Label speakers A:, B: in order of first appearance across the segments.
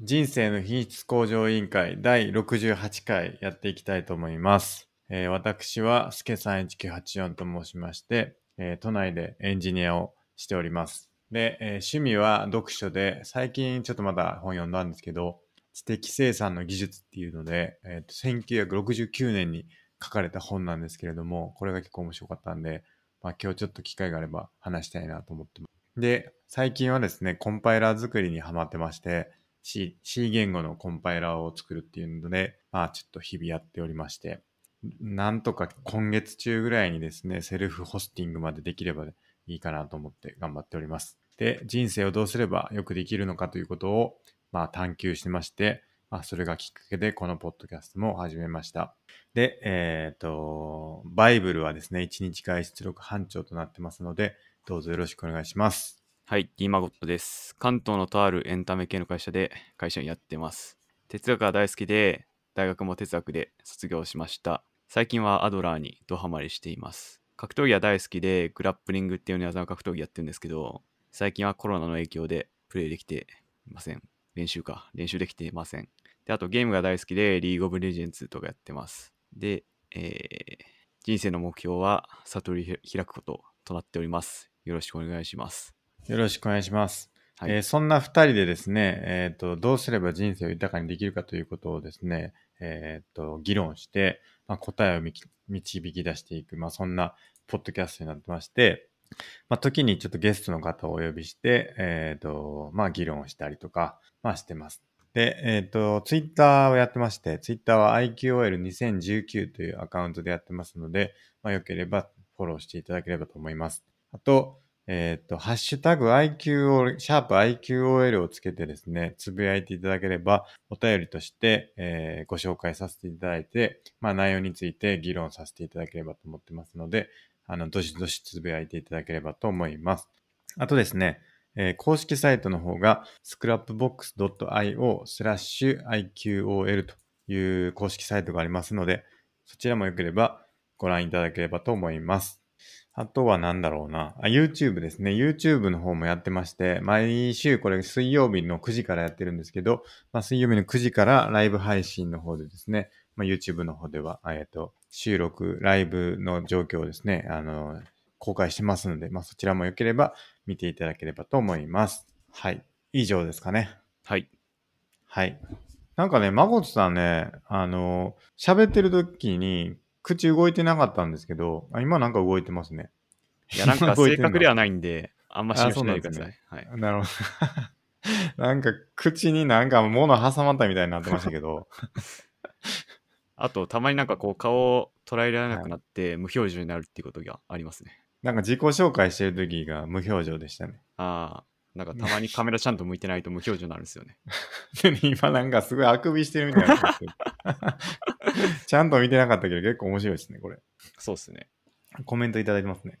A: 人生の品質向上委員会第68回やっていきたいと思います。えー私は、すけさん1984と申しまして、えー都内でエンジニアをしております。で、えー趣味は読書で、最近ちょっとまだ本読んだんですけど、知的生産の技術っていうので、えーと1969年に書かれた本なんですけれども、これが結構面白かったんで、まあ、今日ちょっと機会があれば話したいなと思ってます。で、最近はですね、コンパイラー作りにハマってまして、C, C 言語のコンパイラーを作るっていうので、まあちょっと日々やっておりまして、なんとか今月中ぐらいにですね、セルフホスティングまでできればいいかなと思って頑張っております。で、人生をどうすればよくできるのかということを、まあ探求してまして、まあそれがきっかけでこのポッドキャストも始めました。で、えっ、と、バイブルはですね、1日外出力班長となってますので、どうぞよろしくお願いします。
B: はい、D マゴットです。関東のとあるエンタメ系の会社で会社員やってます。哲学が大好きで、大学も哲学で卒業しました。最近はアドラーにドハマりしています。格闘技は大好きで、グラップリングっていう技の格闘技やってるんですけど、最近はコロナの影響でプレイできていません。練習か。練習できていません。で、あとゲームが大好きで、リーグオブレジェンツとかやってます。で、えー人生の目標は悟り開くこととなっております。よろしくお願いします。
A: よろしくお願いします。
B: はい
A: えーそんな二人でですね、えっ、と、どうすれば人生を豊かにできるかということをですね、えっ、と、議論して、まあ、答えをみき導き出していく、まあ、そんなポッドキャストになってまして、まあ、時にちょっとゲストの方をお呼びして、えっ、と、まあ、議論をしたりとか、まあ、してます。で、えっ、と、ツイッターをやってまして、ツイッターは IQOL2019 というアカウントでやってますので、まあ、よければフォローしていただければと思います。あと、えーっと、ハッシュタグ IQOL、シャープ IQOL をつけてですね、つぶやいていただければ、お便りとして、えーご紹介させていただいて、まあ内容について議論させていただければと思ってますので、あの、どしどしつぶやいていただければと思います。あとですね、えー公式サイトの方が scrapbox.io スラッシュ IQOL という公式サイトがありますので、そちらもよければご覧いただければと思います。あとは何だろうな。あ、YouTube ですね。YouTube の方もやってまして、毎週これ水曜日の9時からやってるんですけど、まあ、水曜日の9時からライブ配信の方でですね、まあ、YouTube の方では、えっ、と、収録、ライブの状況をですね、あの、公開してますので、まあ、そちらも良ければ見ていただければと思います。はい。以上ですかね。
B: はい。
A: はい。なんかね、まことさんね、あの、喋ってる時に口動いてなかったんですけど、あ今なんか動いてますね。
B: いや、なん か
A: 動い
B: 正
A: ての
B: 確ではないんで、あんま信
A: あ
B: 用しないでく
A: そう
B: ださ
A: なん
B: い。はい。
A: なるほど。 なんか口になんか物挟まったみたいになってましたけ ど。
B: あと、たまになんかこう、顔を捉えられなくなって、無表情になるっていうことがありますね。
A: なんか自己紹介してる時が無表情でしたね。
B: ああ、なんかたま にカメラちゃんと向いてないと無表情になるんですよね。
A: で今なんかすごいあくびしてるみたいになってますけど ちゃんと見てなかったけど結構面白いですね、これ。
B: そうっすね。
A: コメントいただいてますね。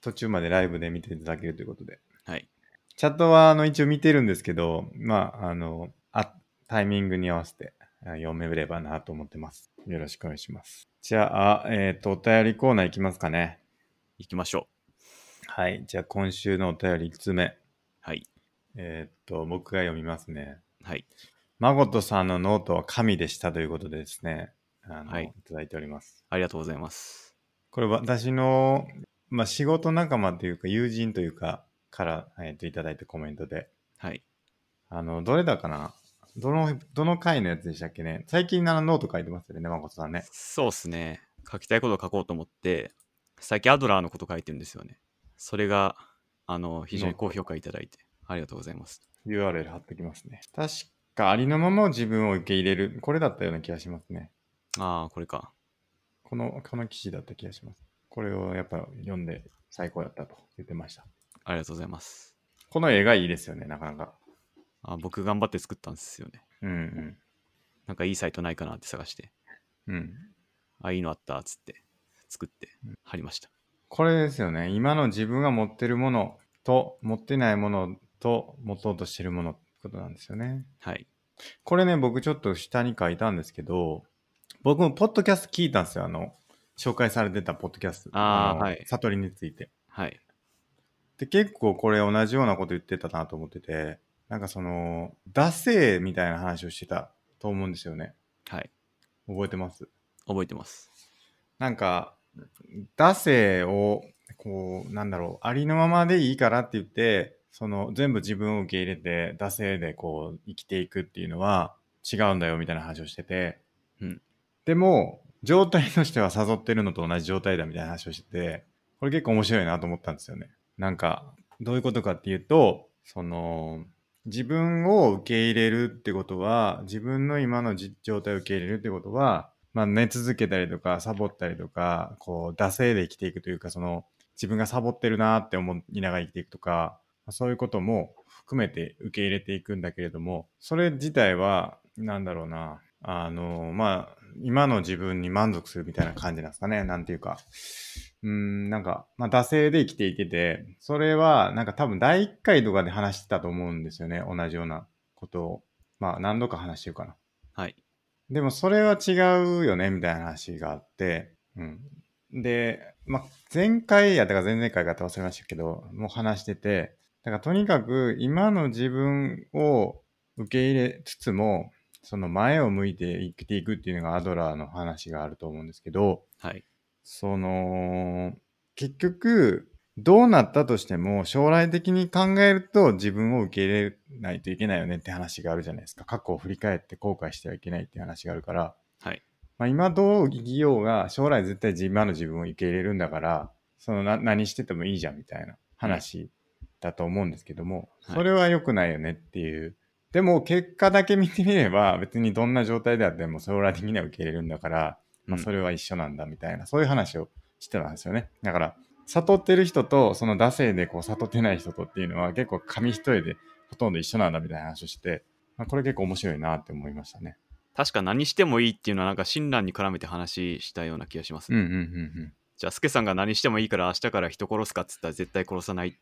A: 途中までライブで見ていただけるということで。
B: はい。
A: チャットはあの一応見てるんですけど、まあ、あの、あタイミングに合わせてあ読めればなと思ってます。よろしくお願いします。じゃあ、えっ、と、お便りコーナーいきますかね。
B: 行きましょ
A: はい。じゃあ、今週のお便り1つ目。
B: う。はい。
A: えーっと、僕が読みますね。
B: はい。
A: まことさんのノートは神でしたということでですね、あの、
B: はい
A: い、ただいております。
B: ありがとうございます。
A: これ、私の、まあ、仕事仲間というか、友人というか、から、えーっと、いただいたコメントで、
B: はい。
A: あの、どれだかなどの、どの回のやつでしたっけね最近あのノート書いてますよね、まことさんね。
B: そうっすね。書きたいことを書こうと思って、最近アドラーのこと書いてるんですよね。それが、あの、非常に高評価いただいて、ありがとうございます。
A: URL 貼ってきますね。確か、ありのままを自分を受け入れる。これだったような気がしますね。
B: ああ、これか。
A: この、この記事だった気がします。これをやっぱ読んで最高だったと言ってました。
B: ありがとうございます。
A: この絵がいいですよね、なかなか。
B: あ僕頑張って作ったんですよね。
A: うん
B: なんかいいサイトないかなって探して、
A: うん。うん。
B: あ、いいのあったっつって、作って貼りました。
A: これですよね。今の自分が持ってるものと、持ってないものと、持とうとしてるものってことなんですよね。
B: はい。
A: これね、僕ちょっと下に書いたんですけど、僕もポッドキャスト聞いたんですよ。あの、紹介されてたポッドキャスト。
B: あー
A: の
B: はい
A: 悟りについて。
B: はい。
A: で、結構これ同じようなこと言ってたなと思ってて、なんかその、惰性みたいな話をしてたと思うんですよね。
B: はい。
A: 覚えてます
B: 覚えてます。
A: なんか、惰性を、こう、なんだろう、ありのままでいいからって言って、その、全部自分を受け入れて、惰性でこう、生きていくっていうのは違うんだよ、みたいな話をしてて、
B: うん
A: でも、状態としては誘ってるのと同じ状態だみたいな話をしてて、これ結構面白いなと思ったんですよね。なんか、どういうことかっていうと、その、自分を受け入れるってことは、自分の今のじ状態を受け入れるってことは、まあ、寝続けたりとか、サボったりとか、こう、惰性で生きていくというか、その、自分がサボってるなって思いながら生きていくとか、まあそういうことも含めて受け入れていくんだけれども、それ自体は、なんだろうな、あの、まあ、今の自分に満足するみたいな感じなんですかね、なんていうか。うーん、なんか、まあ、惰性で生きていてて、それは、なんか多分第一回とかで話してたと思うんですよね、同じようなことを。まあ、何度か話してるかな。
B: はい。
A: でもそれは違うよね、みたいな話があって、うん。で、まあ、前回やったか前々回かって忘れましたけど、もう話してて、だからとにかく今の自分を受け入れつつも、その前を向いて生きていくっていうのがアドラーの話があると思うんですけど、
B: はい。
A: その、結局、どうなったとしても将来的に考えると自分を受け入れないといけないよねって話があるじゃないですか。過去を振り返って後悔してはいけないって話があるから、
B: はい。
A: まあ、今どう生きようが将来絶対自今の自分を受け入れるんだからそのな何しててもいいじゃんみたいな話だと思うんですけども、
B: はい
A: それは良くないよねっていうでも結果だけ見てみれば別にどんな状態であっても将来的には受け入れるんだから、まあ、
B: うん
A: それは一緒なんだみたいな、そういう話をしてたんですよねだから悟ってる人とその惰性でこう悟ってない人とっていうのは結構紙一重でほとんど一緒なんだみたいな話をして、まあ、これ結構面白いなって思いましたね。
B: 確か何してもいいっていうのはなんか親鸞に絡めて話したような気がします、
A: うん
B: ね
A: うんうんうん。
B: じゃあ、スケさんが何してもいいから明日から人殺すかっつったら絶対殺さない。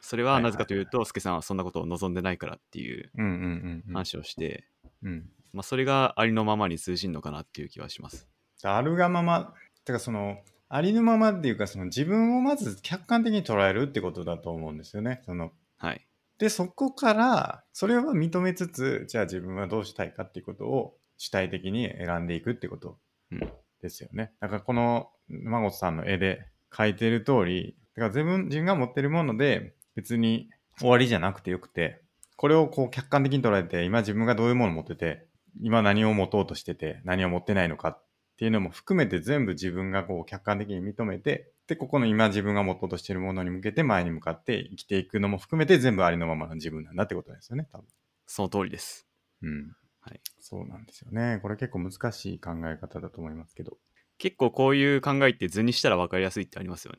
B: それはなぜかというと、スケさんはそんなことを望んでないからっていう
A: うんうんうんうん、
B: 話をして、
A: うん。
B: まあ、それがありのままに通じるのかなっていう気はします。
A: あるがまま、てかその、ありのままっていうか、その自分をまず客観的に捉えるってことだと思うんですよね。その、
B: はい。
A: で、そこから、それは認めつつ、じゃあ自分はどうしたいかっていうことを主体的に選んでいくってこと
B: うん
A: ですよね。だからこの、まごさんの絵で描いてる通り、だから自分自分が持ってるもので、別に終わりじゃなくてよくて、これをこう客観的に捉えて、今自分がどういうものを持ってて、今何を持とうとしてて、何を持ってないのかっていうのも含めて全部自分がこう客観的に認めて、で、ここの今自分が持とうとしてるものに向けて前に向かって生きていくのも含めて全部ありのままの自分なんだってことですよね、多分。
B: その通りです。
A: うん。
B: はい。
A: そうなんですよね。これ結構難しい考え方だと思いますけど。
B: 結構こういう考えって図にしたら分かりやすいってありますよね。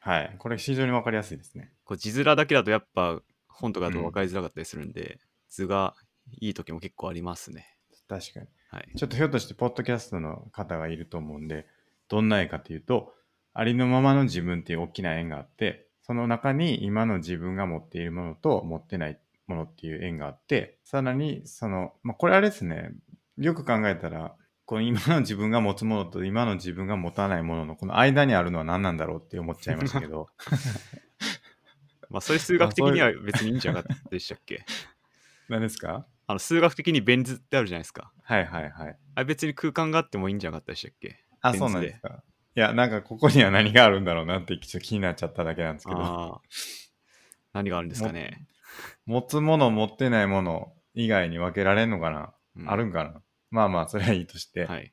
A: はい。これ非常にわかりやすいですね。
B: こう字面だけだとやっぱ本とかだと分かりづらかったりするんで、図がいい時も結構ありますね。
A: 確かに。
B: はい。
A: ちょっとひょっとして、ポッドキャストの方がいると思うんで、どんな絵かというと、ありのままの自分っていう大きな円があって、その中に今の自分が持っているものと持ってないものっていう円があって、さらに、その、まあ、これあれですね、よく考えたら、この今の自分が持つものと今の自分が持たないもののこの間にあるのは何なんだろうって思っちゃいましたけど、
B: まあ、それ数学的には別にいいんじゃなかったでしたっ け
A: 何ですか
B: あの数学的に便図ってあるじゃないですか。
A: はいはいはい。
B: あれ別に空間があってもいいんじゃなかったでしたっけ
A: あ、
B: ベン
A: そ
B: ツ
A: うなん
B: で
A: ですか。いや、なんかここには何があるんだろうなってちょっと気になっちゃっただけなんですけど、
B: ああ。何があるんですかね。
A: 持つもの持ってないもの以外に分けられんのかな、
B: うん
A: あるんかなまあまあ、それはいいとして、
B: はい。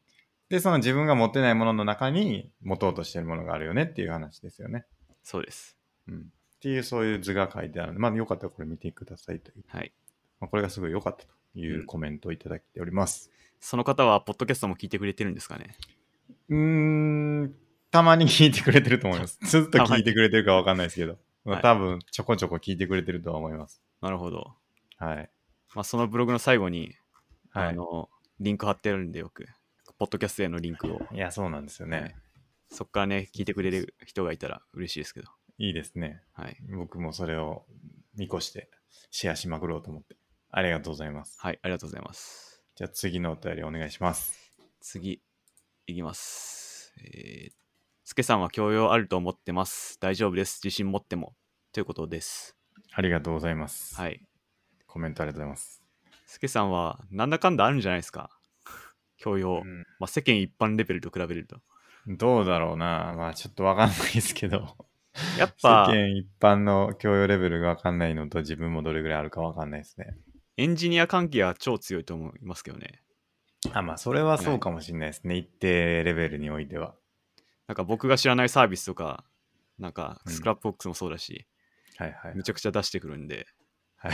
A: で、その自分が持ってないものの中に持とうとしてるものがあるよねっていう話ですよね。
B: そうです。
A: うん。っていう、そういう図が書いてあるので、まあよかったらこれ見てくださいという。
B: はい。
A: まあ、これがすごい良かったといううんコメントをいただいております。
B: その方は、ポッドキャストも聞いてくれてるんですかね。
A: うーん、たまに聞いてくれてると思い ます。ずっと聞いてくれてるかわかんないですけど、まあ
B: はい
A: 多分ちょこちょこ聞いてくれてるとは思います。
B: なるほど。
A: はい。
B: まあ、そのブログの最後に、
A: は
B: あの、リンク貼ってあるんでよく、ポッドキャストへのリンクを。
A: い。いや、そうなんですよね。
B: そっからね、聞いてくれる人がいたら嬉しいですけど。
A: いいですね。
B: はい。
A: 僕もそれを見越してシェアしまくろうと思って。ありがとうございます。
B: はい、ありがとうございます。
A: じゃあ次のお便りお願いします。
B: 次、いきます。えー、スケさんは教養あると思ってます。大丈夫です。自信持っても。ということです。
A: ありがとうございます。
B: はい。
A: コメントありがとうございます。
B: スケさんは、なんだかんだあるんじゃないですか。教養。まあ、世間一般レベルと比べると。
A: うんどうだろうな。まあちょっとわかんないですけど。
B: やっ
A: 世
B: ぱ、
A: 間一般の教養レベルがわかんないのと自分もどれぐらいあるかわかんないですね。
B: エンジニア関係は超強いと思いますけどね。
A: あ、まあそれはそうかもしれないですね。一定レベルにおいては。
B: なんか僕が知らないサービスとか、なんか
A: うん
B: スクラップボックスもそうだし、
A: はいはい
B: め。ちゃくちゃ出してくるんで、
A: はい、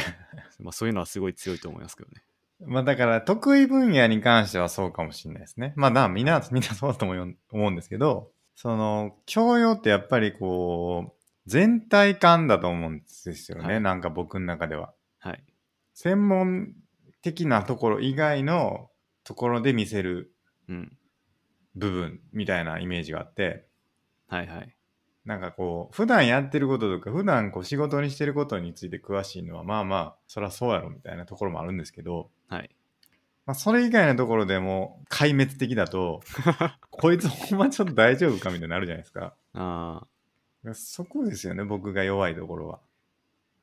B: まあ、そういうのはすごい強いと思いますけどね。
A: まあだから得意分野に関してはそうかもしれないですね。まあなみんな、みんなそうだと思う思うんですけど、その教養ってやっぱりこう、全体感だと思うんですよね。
B: はい
A: なんか僕の中では。
B: はい。
A: 専門的なところ以外のところで見せる
B: うん。
A: 部分みたいなイメージがあって、
B: はいはい。
A: なんかこう、普段やってることとか、普段こう仕事にしてることについて詳しいのは、まあまあ、そりゃそうやろみたいなところもあるんですけど、
B: はい。
A: まあ、それ以外のところでも壊滅的だ と、こいつほんまちょっと大丈夫かみたいになるじゃないですか。
B: ああ。
A: そこですよね、僕が弱いところは。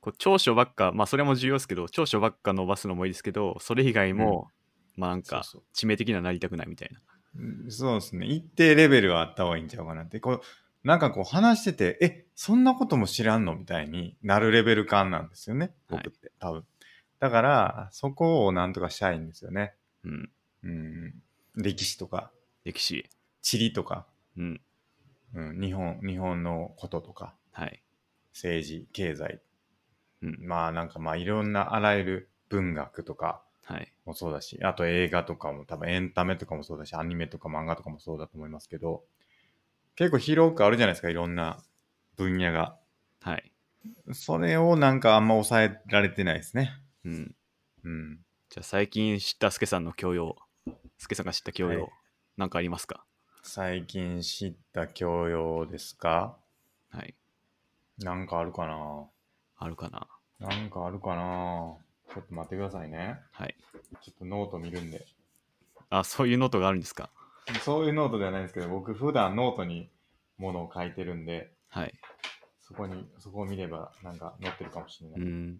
B: こう長所ばっか、まあそれも重要ですけど、長所ばっか伸ばすのもいいですけど、それ以外も、まあなんか
A: そう
B: 致命的にはなりたくないみたいな。
A: うんそうですね。一定レベルはあった方がいいんちゃうかなって。こう、なんかこう話してて、え、そんなことも知らんのみたいになるレベル感なんですよね。僕って、多分。だから、そこをなんとかしたいんですよね。
B: うん。
A: うん。歴史とか、
B: 歴史。
A: 地理とか、
B: うん。
A: うん、日本、日本のこととか、
B: はい。
A: 政治、経済、
B: うん。
A: まあなんかまあいろんなあらゆる文学とか
B: はい。
A: もそうだし、あと映画とかも多分エンタメとかもそうだし、アニメとか漫画とかもそうだと思いますけど、結構広くあるじゃないですか、いろんな分野が。
B: はい。
A: それをなんかあんま抑えられてないですね。
B: うん。
A: うん。
B: じゃあ最近知ったスケさんの教養、スケさんが知った教養、
A: はい
B: なんかありますか
A: 最近知った教養ですか
B: はい。
A: なんかあるかな
B: あるかな
A: なんかあるかなちょっと待ってくださいね。
B: はい。
A: ちょっとノート見るんで。
B: あ、そういうノートがあるんですか
A: そういうノートではないんですけど、僕普段ノートにものを書いてるんで、
B: はい。
A: そこに、そこを見れば、なんか載ってるかもしれな
B: う
A: い。
B: ん。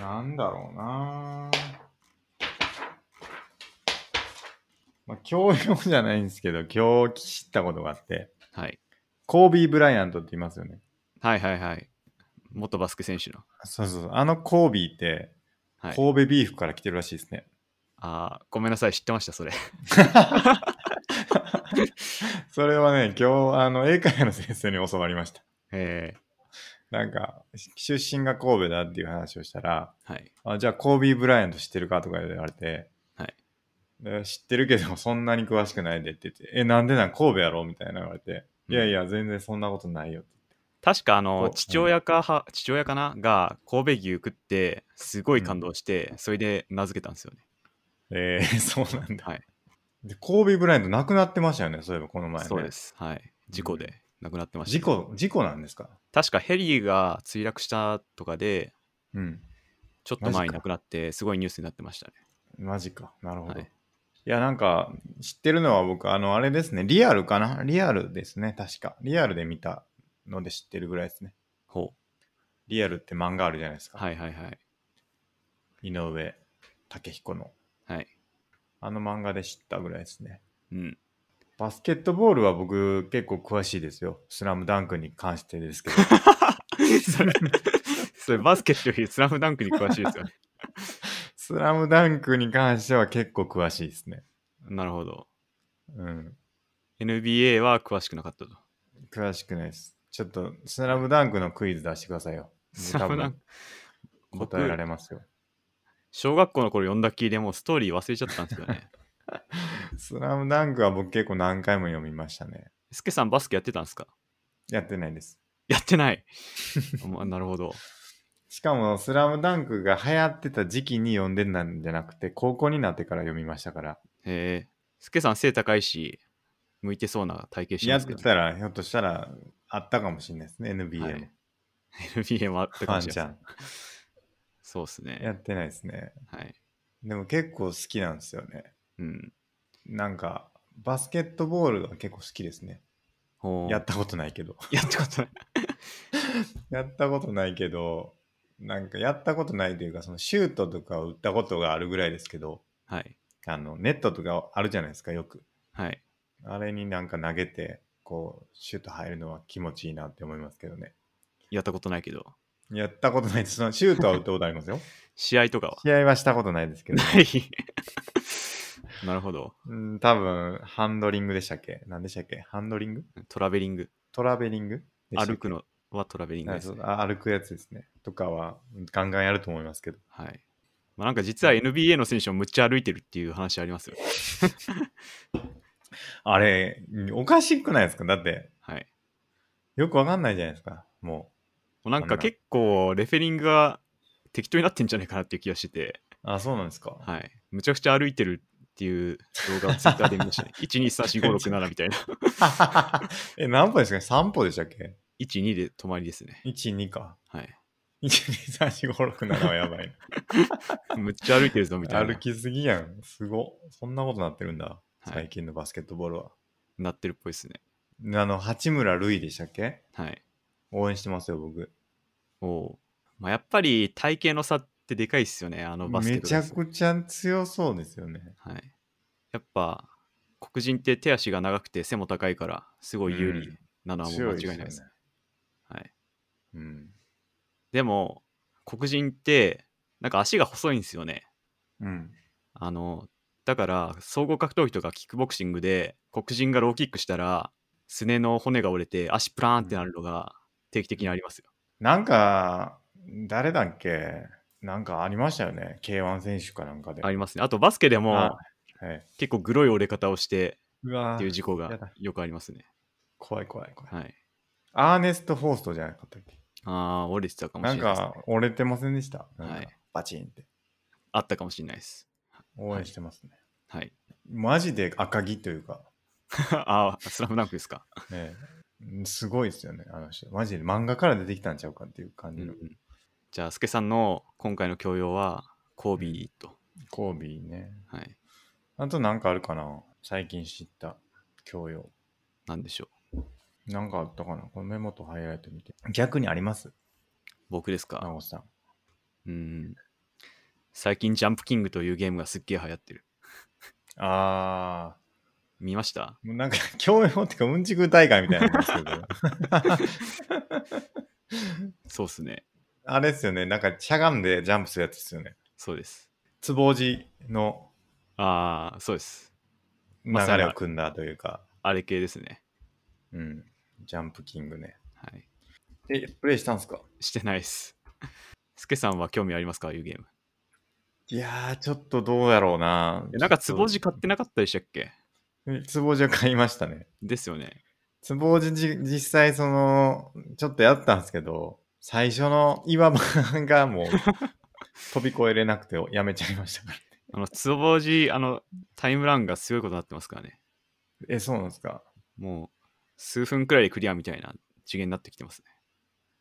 A: なんだろうなまあ、教養じゃないんですけど、今日知ったことがあって、
B: はい。
A: コービー・ブライアントって言いますよね。
B: はいはいはい。元バスケ選手の。
A: そうそうそう。あのコービーって、
B: はい。
A: 神戸ビーフから来てるらしいですね。
B: あーごめんなさい、知ってました、それ。
A: それはね、今日、あの、英会話の先生に教わりました。
B: え
A: なんか、出身が神戸だっていう話をしたら、
B: ー、はい。
A: あじゃあコービー・ブライアント知ってるかとか言われて、
B: はい
A: で知ってるけどそんなに詳しくないでって言って、え、なんでなん神戸やろみたいな言われて、
B: うん
A: いやいや、全然そんなことないよって。
B: 確か、あ
A: こ
B: の
A: う、
B: 父親か、は父親かなが、神戸牛食って、すごい感動して、それで名付けたんですよね。
A: えー そうなんだ。
B: はい
A: で、コービー・ブライアント亡くなってましたよね、そういえばこの前ね。
B: そうで。す。はい。事故で亡くなってました。
A: 事故、事故なんですか
B: 確か、ヘリが墜落したとかで、
A: うん。
B: ちょっと
A: マ
B: 前
A: ジ
B: に
A: か
B: 亡くなって、すごいニュースになってましたね。
A: マジか。なるほど。
B: はいい、
A: や、なんか、知ってるのは僕、あの、あれですね、リアルかなリアルですね、確か。リアルで見たので知ってるぐらいですね。
B: ほう。
A: リアルって漫画あるじゃないですか。
B: はいはいはい。
A: 井上武彦の。
B: はい。
A: あの漫画で知ったぐらいですね。
B: うん。
A: バスケットボールは僕結構詳しいですよ。スラムダンクに関してですけ ど。
B: それ、それバスケットよりスラムダンクに詳しいで すよね。
A: スラムダンクに関しては結構詳しいですね。
B: なるほど。
A: うん。
B: NBA は詳しくなかったと。
A: 詳しくないです。ちょっと、スラムダンクのクイズ出してくださいよ。
B: スラムダンク
A: 多分答えられますよ。
B: 小学校の頃読んだっきりでもうストーリー忘れちゃったんですよ ね。
A: スラムダンクは僕結構何回も読みましたね。
B: スケさんバスケやってたんですか
A: やってないです。
B: やってないまあなるほど。
A: しかも、スラムダンクが流行ってた時期に読んでたんじゃなくて、高校になってから読みましたから。
B: へえ。スケさん背高いし、向いてそうな体型して
A: や
B: ま
A: っ
B: すけ
A: て
B: ど、
A: たら、ひょっとしたら、あったかもしれないですね、NBA も。
B: はい NBA もあったか
A: ワ
B: も
A: ン
B: しれ
A: ち
B: な
A: ゃ
B: い。
A: ん。
B: そうですね。
A: やってないですね。
B: はい。
A: でも結構好きなんですよね。
B: うん。
A: なんか、バスケットボールは結構好きですね。
B: ほう
A: やったことないけど。
B: やったことない。
A: やったことないけど、なんかやったことないというか、そのシュートとかを打ったことがあるぐらいですけど、
B: はい。
A: あの、ネットとかあるじゃないですか、よく。
B: はい。
A: あれになんか投げて、こう、シュート入るのは気持ちいいなって思いますけどね。
B: やったことないけど、
A: やったことないです。そのシュートは打ったことあり ますよ。
B: 試合とかは
A: 試合はしたことないですけど、
B: ない。 なるほど。
A: うん、多分、ハンドリングでしたっけ何でしたっけハンドリング
B: トラベリング。
A: トラベリングでしたっけ
B: 歩くのはトラベリング
A: あ
B: です
A: そう
B: ね。
A: あ歩くやつですね。とかは、ガンガンやると思いますけど。
B: はい。まあ、なんか実は NBA の選手もむっちゃ歩いてるっていう話ありますよ。
A: あれ、おかしくないですかだって、
B: はい。
A: よくわかんないじゃないですか。も
B: もうなん
A: そんな
B: か結構レフェリングが適当になってんじゃないかなっていう気がしてて、
A: う。あ、そうなんです か。
B: はい。むちゃくちゃ歩いてるっていう動画をツイッターで見ましたね。1、2、3、4、5、6、7みたいな。
A: え、何歩ですか ?3 歩でしたっけ
B: 1、2で止まりですね。
A: ?1、2か。
B: はい。
A: 1、2、3、4、5、6、7はやばい
B: むっちゃ歩いてる ぞみた
A: な。
B: いな
A: 歩。きすぎやん。すご。そんなことなってるんだ。
B: はい
A: 最近のバスケットボールは。
B: なってるっぽいですね。
A: あの、八村塁でしたっけ
B: はい。
A: 応援してますよ、僕。
B: おおう。まあ、やっぱり体型の差ってでかいっすよね、あのバスケッ
A: め
B: ト
A: ち
B: で
A: ゃ
B: す
A: くちゃ強そうですよね。
B: はい。やっぱ、黒人って手足が長くて背も高いから、すごい有利なのはもう
A: 強
B: 間
A: いです
B: 違
A: よ
B: いない
A: ね
B: です。。はい。
A: うん。
B: でも、黒人って、なんか足が細いんですよね。
A: うん。
B: あの、だから、総合格闘技とかキックボクシングで、黒人がローキックしたら、すねの骨が折れて、足プラーンってなるのが定期的にありますよ。
A: なんか、誰だっけなんかありましたよね。K1 選手かなんかで。
B: ありますね。あと、バスケでも
A: は、はい、
B: 結構グロい折れ方をして
A: うわ
B: っていう事故
A: や
B: が
A: だ
B: よくありますね。
A: 怖い怖い怖い。
B: はい。
A: アーネスト・フォーストじゃなかったっけ
B: ああ、折れてたかもし
A: な
B: れ
A: ん
B: ないですね、
A: か折れてませんでした。なんか
B: はい
A: バチンって。
B: あったかもしれないです。
A: 応援してますね。
B: はい。
A: マジで赤木というか、
B: ああ、スラムダンクですか。
A: ね、うんすごいですよね、あの人。マジで漫画から出てきたんちゃうかっていう感じの。
B: じゃあ、スケさんの今回の教養は、コービーと。
A: コービーね。
B: はい。
A: あとなんかあるかな最近知った教養。
B: なんでしょう。
A: なんかあったかなこのメモとハイライト見て。逆にあります
B: 僕ですか。
A: 直さん。
B: うん。最近、ジャンプキングというゲームがすっげえ流行ってる。
A: あ
B: 見ました
A: ー、もうなんか、 教養っていうか、うんちく大会みたいになりますけ ど。
B: そうっすね。
A: あれですよね、なんか、しゃがんでジャンプするやつですよね。
B: そうです。
A: つぼじの
B: ああ、そうです。
A: 流
B: まさに
A: れを組んだというか、
B: あれ系ですね。
A: うん、ジャンプキングね。
B: はい。
A: え、プレイしたんすか
B: してないっす。 スケさんは興味ありますかああいうゲーム。
A: いやー、ちょっとどうやろうな
B: え。なんか、つぼじ買ってなかったでしたっけ
A: えつぼじは買いましたね。
B: ですよね。
A: つぼじじ実際、その、ちょっとやったんですけど、最初の岩場が もう、飛び越えれなくてやめちゃいましたから。
B: あの、つぼじ、あの、タイムランがすごいことになってますからね。
A: え、そうなんですか
B: もう数分くらいでクリアみたいな次元になってきてますね。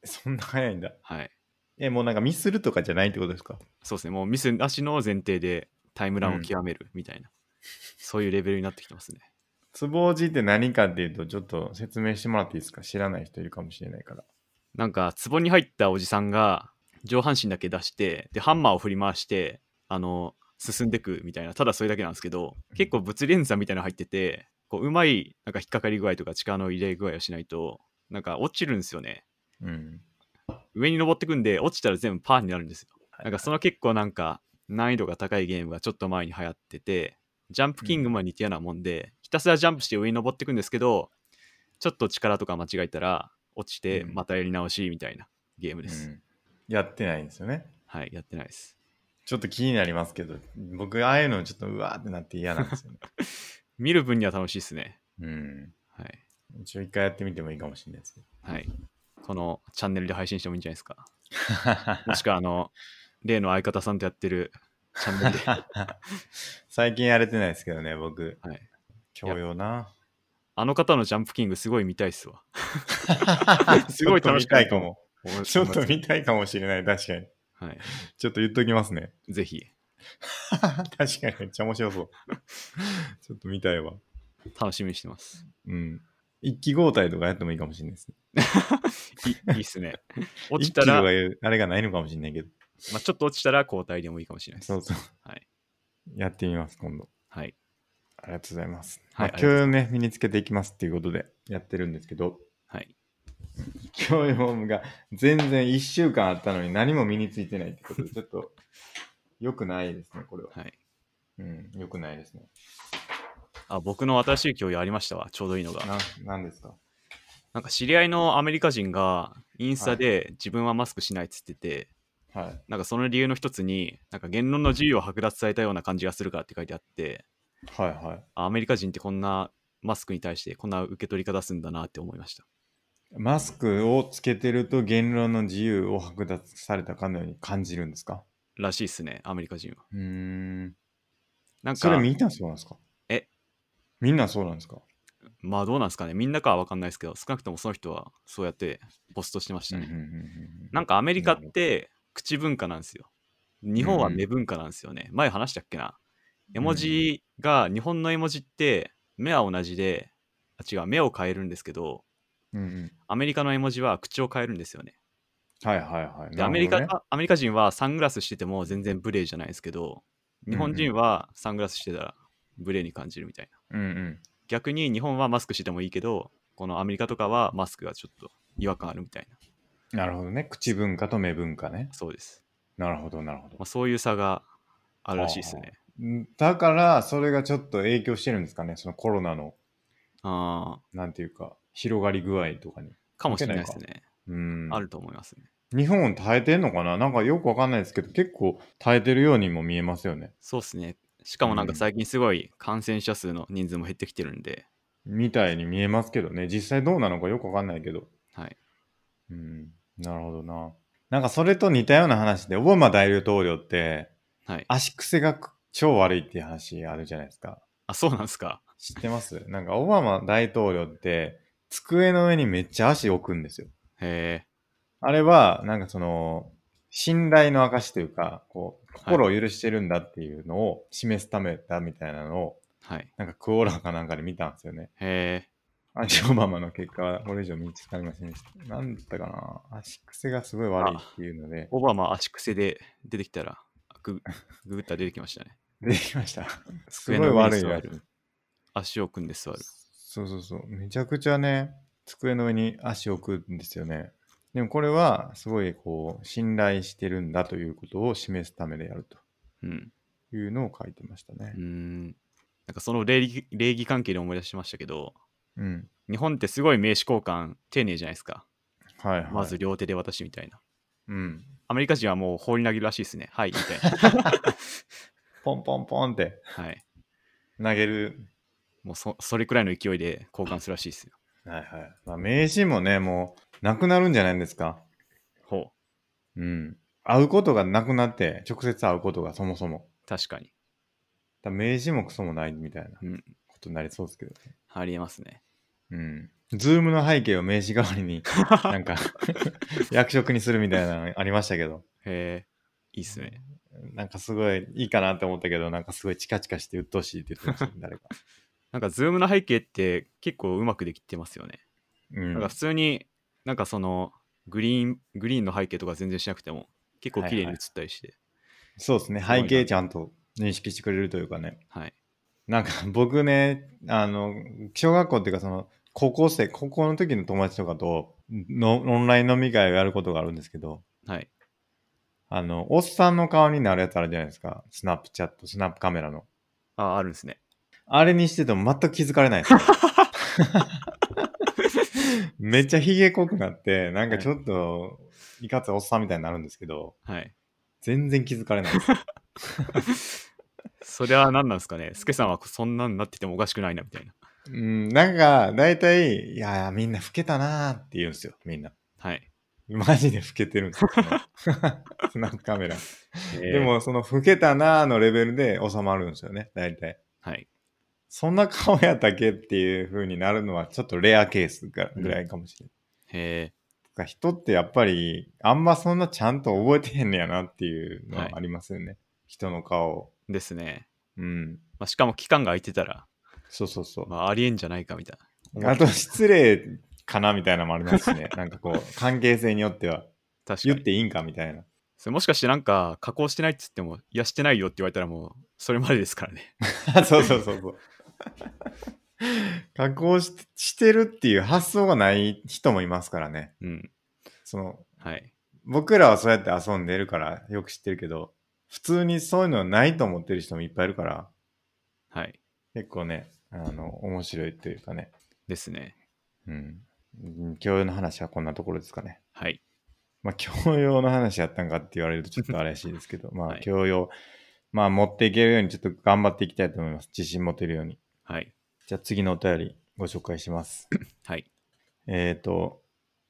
A: そんな早いんだ。
B: はい。
A: え、もうなんかミスるとかじゃないってことですか
B: そうですね。もうミスなしの前提でタイムランを極めるみたいな、そういうレベルになってきてますね。
A: つぼじって何かっていうと、ちょっと説明してもらっていいですか知らない人いるかもしれないから。
B: なんか、壺に入ったおじさんが上半身だけ出して、で、ハンマーを振り回して、あの、進んでくみたいな、ただそれだけなんですけど、結構物理演算みたいなの入ってて、こう、うまい、なんか引っかかり具合とか力の入れ具合をしないと、なんか落ちるんですよね。
A: うん。
B: 上に登ってくんで落ちたら全部パーになるんですよ。
A: はい
B: なんかその結構なんか難易度が高いゲームがちょっと前に流行っててジャンプキングも似たようなもんで、ひたすらジャンプして上に登ってくんですけどちょっと力とか間違えたら落ちて
A: うん
B: またやり直しみたいなゲーム
A: う
B: です、
A: ん、やってないんですよね。
B: はいやってないです
A: ちょっと気になりますけど、僕、ああいうのちょっとうわーってなって嫌なんですよね。
B: 見る分には楽しいですね
A: うん。
B: はい、
A: 一応一回やってみてもいいかもしれないです けど。
B: はい、このチャンネルで配信してもいいんじゃないですかもしくはあの例の相方さんとやってるチャン ネルでは
A: 最近やれてないですけどね、僕。
B: い
A: 教養な。
B: あの方のジャンプキングすごい見たいっすわ すごい楽し
A: ちょっと見た
B: かった
A: いかも。ちょっと見たいかもしれない、確かに。
B: はい
A: ちょっと言っときます ね。
B: ぜひ
A: 確かに、めっちゃ面白そう。ちょっと見たいわ。
B: 楽しみにしてます。
A: うん。一気合体とかやってもいいかもしれないですね。
B: いいいっすね。 落ちた
A: 一気と
B: ら、
A: か
B: ま
A: いうあれがないのかもしれないけど。
B: あ、ちょっと落ちたら交代でもいいかもしれないです。
A: そうそう。
B: はい。
A: やってみます、今度。
B: はい。
A: ありがとうございます。
B: はい
A: ま
B: あ
A: あ、
B: りがとう
A: 教養をね、身につけていきますっていうことでやってるんですけど、
B: はい。
A: 教養が全然1週間あったのに何も身についてないってことで、ちょっと良くないですね、これは。
B: はい。
A: うん、良くないですね。
B: あ、僕の新しい教養ありましたわ。ちょうどいいのが。
A: な、なんですか
B: なんか知り合いのアメリカ人がインスタで自分はマスクしないっつってて、
A: はい。
B: なんかその理由の一つに、なんか言論の自由を剥奪されたような感じがするからって書いてあって、
A: はいはい。
B: あアメリカ人ってこんなマスクに対してこんな受け取り方するんだなって思いました。
A: マスクをつけてると言論の自由を剥奪されたかのように感じるんですから
B: しいっすね、アメリカ人は。
A: うーん。
B: なん
A: それ
B: か、
A: みんなそうなんですか
B: え
A: みんなそうなんですか
B: まあどうなんですかね、みんなかは分かんないですけど、少なくともその人はそうやってポストしてましたね。
A: うんうんうんうん
B: なんかアメリカって口文化なんですよ。日本は目文化なんですよね。前話したっけな。絵文字が、日本の絵文字って目は同じで、あ違う、目を変えるんですけど、
A: うんうん
B: アメリカの絵文字は口を変えるんですよね。
A: はいはいはい。
B: で、
A: なるほどね
B: アメリカ、アメリカ人はサングラスしてても全然無礼じゃないですけど、日本人はサングラスしてたら無礼に感じるみたいな。
A: うんうん。
B: 逆に日本はマスクしててもいいけど、このアメリカとかはマスクがちょっと違和感あるみたいな。
A: なるほどね。口文化と目文化ね。
B: そうです。
A: なるほど、なるほ
B: まあ、
A: ど。
B: そういう差があるらしいですね。
A: んだから、それがちょっと影響してるんですかね。そのコロナの、
B: ああ。
A: なんていうか、広がり具合とかに。
B: かもしれないですね。
A: うん。
B: あると思いますね。
A: 日本耐えてんのかななんかよくわかんないですけど、結構耐えてるようにも見えますよね。
B: そうですね。しかもなんか
A: うん
B: 最近すごい感染者数の人数も減ってきてるんで、
A: みたいに見えますけどね。実際どうなのかよくわかんないけど。
B: はい。
A: うん。なるほどな。なんかそれと似たような話で、オバマ大統領って、
B: はい。
A: 足癖が超悪いっていう話あるじゃないですか。
B: あ、そうなんですか。
A: 知ってますなんかオバマ大統領って机の上にめっちゃ足置くんですよ。
B: へえ。
A: あれはなんかその信頼の証というかこう心を許してるんだっていうのを示すためだみたいなのを
B: はい。
A: なんかクオラかなんかで見たんですよね。
B: へえ。
A: アンチオバマの結果はこれ以上見つかりませんでした。なんだったかな足癖がすごい悪いっていうので
B: オバマ足癖で出てきたら、グググったら出てきましたね。
A: 出てきました。 す
B: 机
A: ごい
B: の上に
A: 悪い
B: 座
A: やつ。
B: る。足を組んで座る。
A: そうそうそう。めちゃくちゃね、机の上に足を置くんですよね。でもこれは、すごいこう、信頼してるんだということを示すためでやる
B: うん。
A: というのを書いてましたね
B: うー。ん。なんかその礼儀礼儀関係で思い出しましたけど、
A: うん。
B: 日本ってすごい名刺交換丁寧じゃないですか。
A: はいはい。
B: まず両手で私みたいな。
A: うん。
B: アメリカ人はもう放り投げるらしいですね。はい、みた いな。
A: ポンポンポンって
B: はい。
A: 投げる。
B: もうそそれくらいの勢いで交換するらしいです よ。
A: はいはい。まあ、名刺もね、もう、なくなるんじゃないですか。
B: ほ
A: うん。会うことがなくなって、直接会うことがそもそも。
B: う。確かに。
A: だから名刺もクソもないみたいな
B: うん
A: ことになりそうですけどね。
B: ありえますね。
A: うん。ズームの背景を名刺代わり に、なんか、 役職にするみたいなのありましたけど、
B: へえ。いいっすね。
A: なんかすごいいいかなって思ったけど、なんかすごいチカチカして鬱陶しいって言ってましたね、誰か。
B: なんか、ズームの背景って結構うまくできてますよね。
A: うん。
B: なんか、普通に、なんかその、グリーン、グリーンの背景とか全然しなくても、結構綺麗に映ったりして。
A: そうですね、
B: すごいな
A: 背景ちゃんと認識してくれるというかね。
B: はい。
A: なんか 僕ね、あの、小学校っていうかその、高校生、高校の時の友達とかとの、オンライン飲み会をやることがあるんですけど、
B: はい。
A: あの、おっさんの顔になるやつあるじゃないですか。スナップチャット、スナップカメラの。
B: あ、あるんですね。
A: あれにしてても全く気づかれないですね。めっちゃひげ濃くなって、なんかちょっと、いかつおっさんみたいになるんですけど、
B: はい。
A: 全然気づかれないです。
B: それは何なんですかね。スケさんはそんなんなっててもおかしくないな、みたいな。
A: うん、なんか、大体、いやー、みんな老けたなーって言うんですよ、みんな。
B: はい。
A: マジで老けてるんですよ、 そのスナップカメラ。で
B: で、
A: も、その、老けたなーのレベルで収まるんですよね、大体。
B: はい。
A: そんな顔やったっけっていう風になるのは、ちょっとレアケースがぐらいかもしれない。
B: へえ。
A: か人ってやっぱりあんまそんなちゃんと覚えてへんねやなっていうのはありますよね、人の顔を
B: ですね。
A: うん
B: まあ、しかも期間が空いてたら、
A: そうそうそう、
B: まあ、ありえんじゃないかみたいな。
A: あと失礼かなみたいなのもありますしね。なんかこう、関係性によっては、
B: 確か
A: 言っ
B: に。
A: ていいんかみたいな。
B: それもしかしてなんか、加工してないって言っても、いや、してないよって言われたらもう、それまでですからね。
A: あ そうそうそうそう。加工ししてるっていう発想がない人もいますからね。
B: うん。
A: その、
B: はい。
A: 僕らはそうやって遊んでるからよく知ってるけど、普通にそういうのないと思ってる人もいっぱいいるから、
B: はい。
A: 結構ね、あの、面白いというかね。
B: ですね。
A: うん。うん教養の話はこんなところですかね。
B: はい。
A: まあ、教養の話やったんかって言われるとちょっと怪しいですけど、ま
B: は
A: あ、
B: い
A: 教養、まあ、持っていけるようにちょっと頑張っていきたいと思います。自信持てるように。
B: はい。
A: じゃあ次のお便りご紹介します。
B: はい。
A: えっと、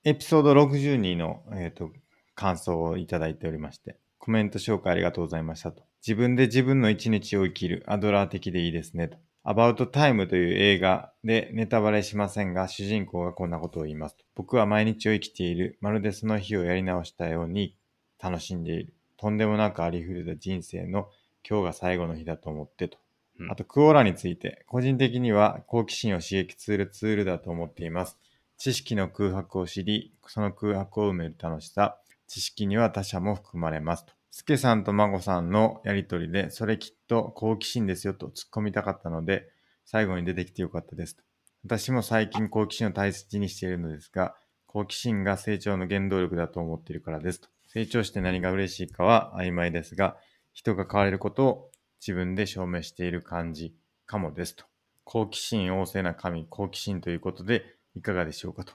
A: エピソード62の、えー、と感想をいただいておりまして、コメント紹介ありがとうございましたと。自分で自分の一日を生きる、アドラー的でいいですねと。アバウトタイムという映画でネタバレしませんが、主人公がこんなことを言いますと。僕は毎日を生きている、まるでその日をやり直したように楽しんでいる。とんでもなくありふれた人生の今日が最後の日だと思ってと。
B: うん
A: あと、クオーラについて、個人的には好奇心を刺激するツールだと思っています。知識の空白を知り、その空白を埋める楽しさ、知識には他者も含まれますと。スケさんと孫さんのやりとりで、それきっと好奇心ですよと突っ込みたかったので、最後に出てきてよかったですと。私も最近好奇心を大切にしているのですが、好奇心が成長の原動力だと思っているからですと。成長して何が嬉しいかは曖昧ですが、人が変われることを自分で証明している感じかもですと。好奇心旺盛な神、好奇心ということでいかがでしょうかと。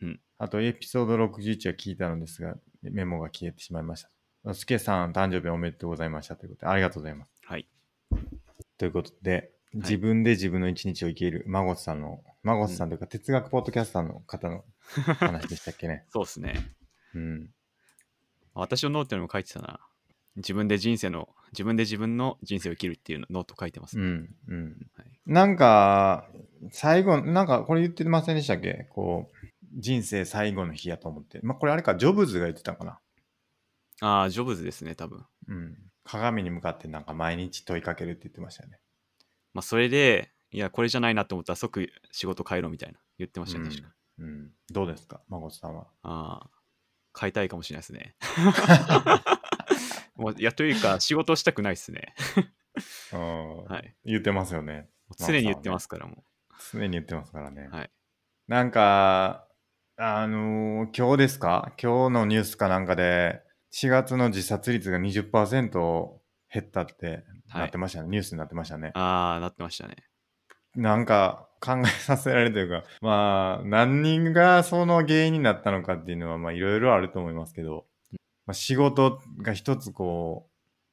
B: うん
A: あと、エピソード61は聞いたのですが、メモが消えてしまいました。すけさん、誕生日おめでとうございましたということで、ありがとうございます。
B: はい。
A: ということで、自分で自分の一日を生きる、孫さんの、孫さんというか、哲学ポッドキャスターの方 の話でしたっけね。
B: そうですね。
A: うん。
B: 私のノートにも書いてたな。自分で人生の、自分で自分の人生を生きるっていうのノート書いてます
A: う
B: ね。
A: ん。うん。
B: はい、
A: なんか、最後、なんかこれ言ってませんでしたっけこう、人生最後の日やと思って。まあ、これあれか、ジョブズが言ってたのかな。
B: ああ、ジョブズですね、多分。
A: うん。鏡に向かってなんか毎日問いかけるって言ってましたよね。
B: まあ、それで、いや、これじゃないなと思ったら即仕事変えろみたいな言ってましたね、
A: うん
B: 確か。
A: うん。どうですか、孫さんは。
B: ああ、変えたいかもしれないで すね。 もういや、というか、仕事したくないですね。
A: うん。
B: はい。
A: 言ってますよね。
B: もう常に言ってますから、も
A: 常に言ってますからね。
B: はい
A: なんか、あのー今日ですか今日のニュースかなんかで、4月の自殺率が20%減ったって
B: う。は
A: なっ
B: い
A: て。ましたね。ニュースになってましたね。
B: ああ、なってましたね。
A: なんか考えさせられるというか、まあ、何人がその原因になったのかっていうのは、まあ、いろいろあると思いますけど、まあ、仕事が一つこ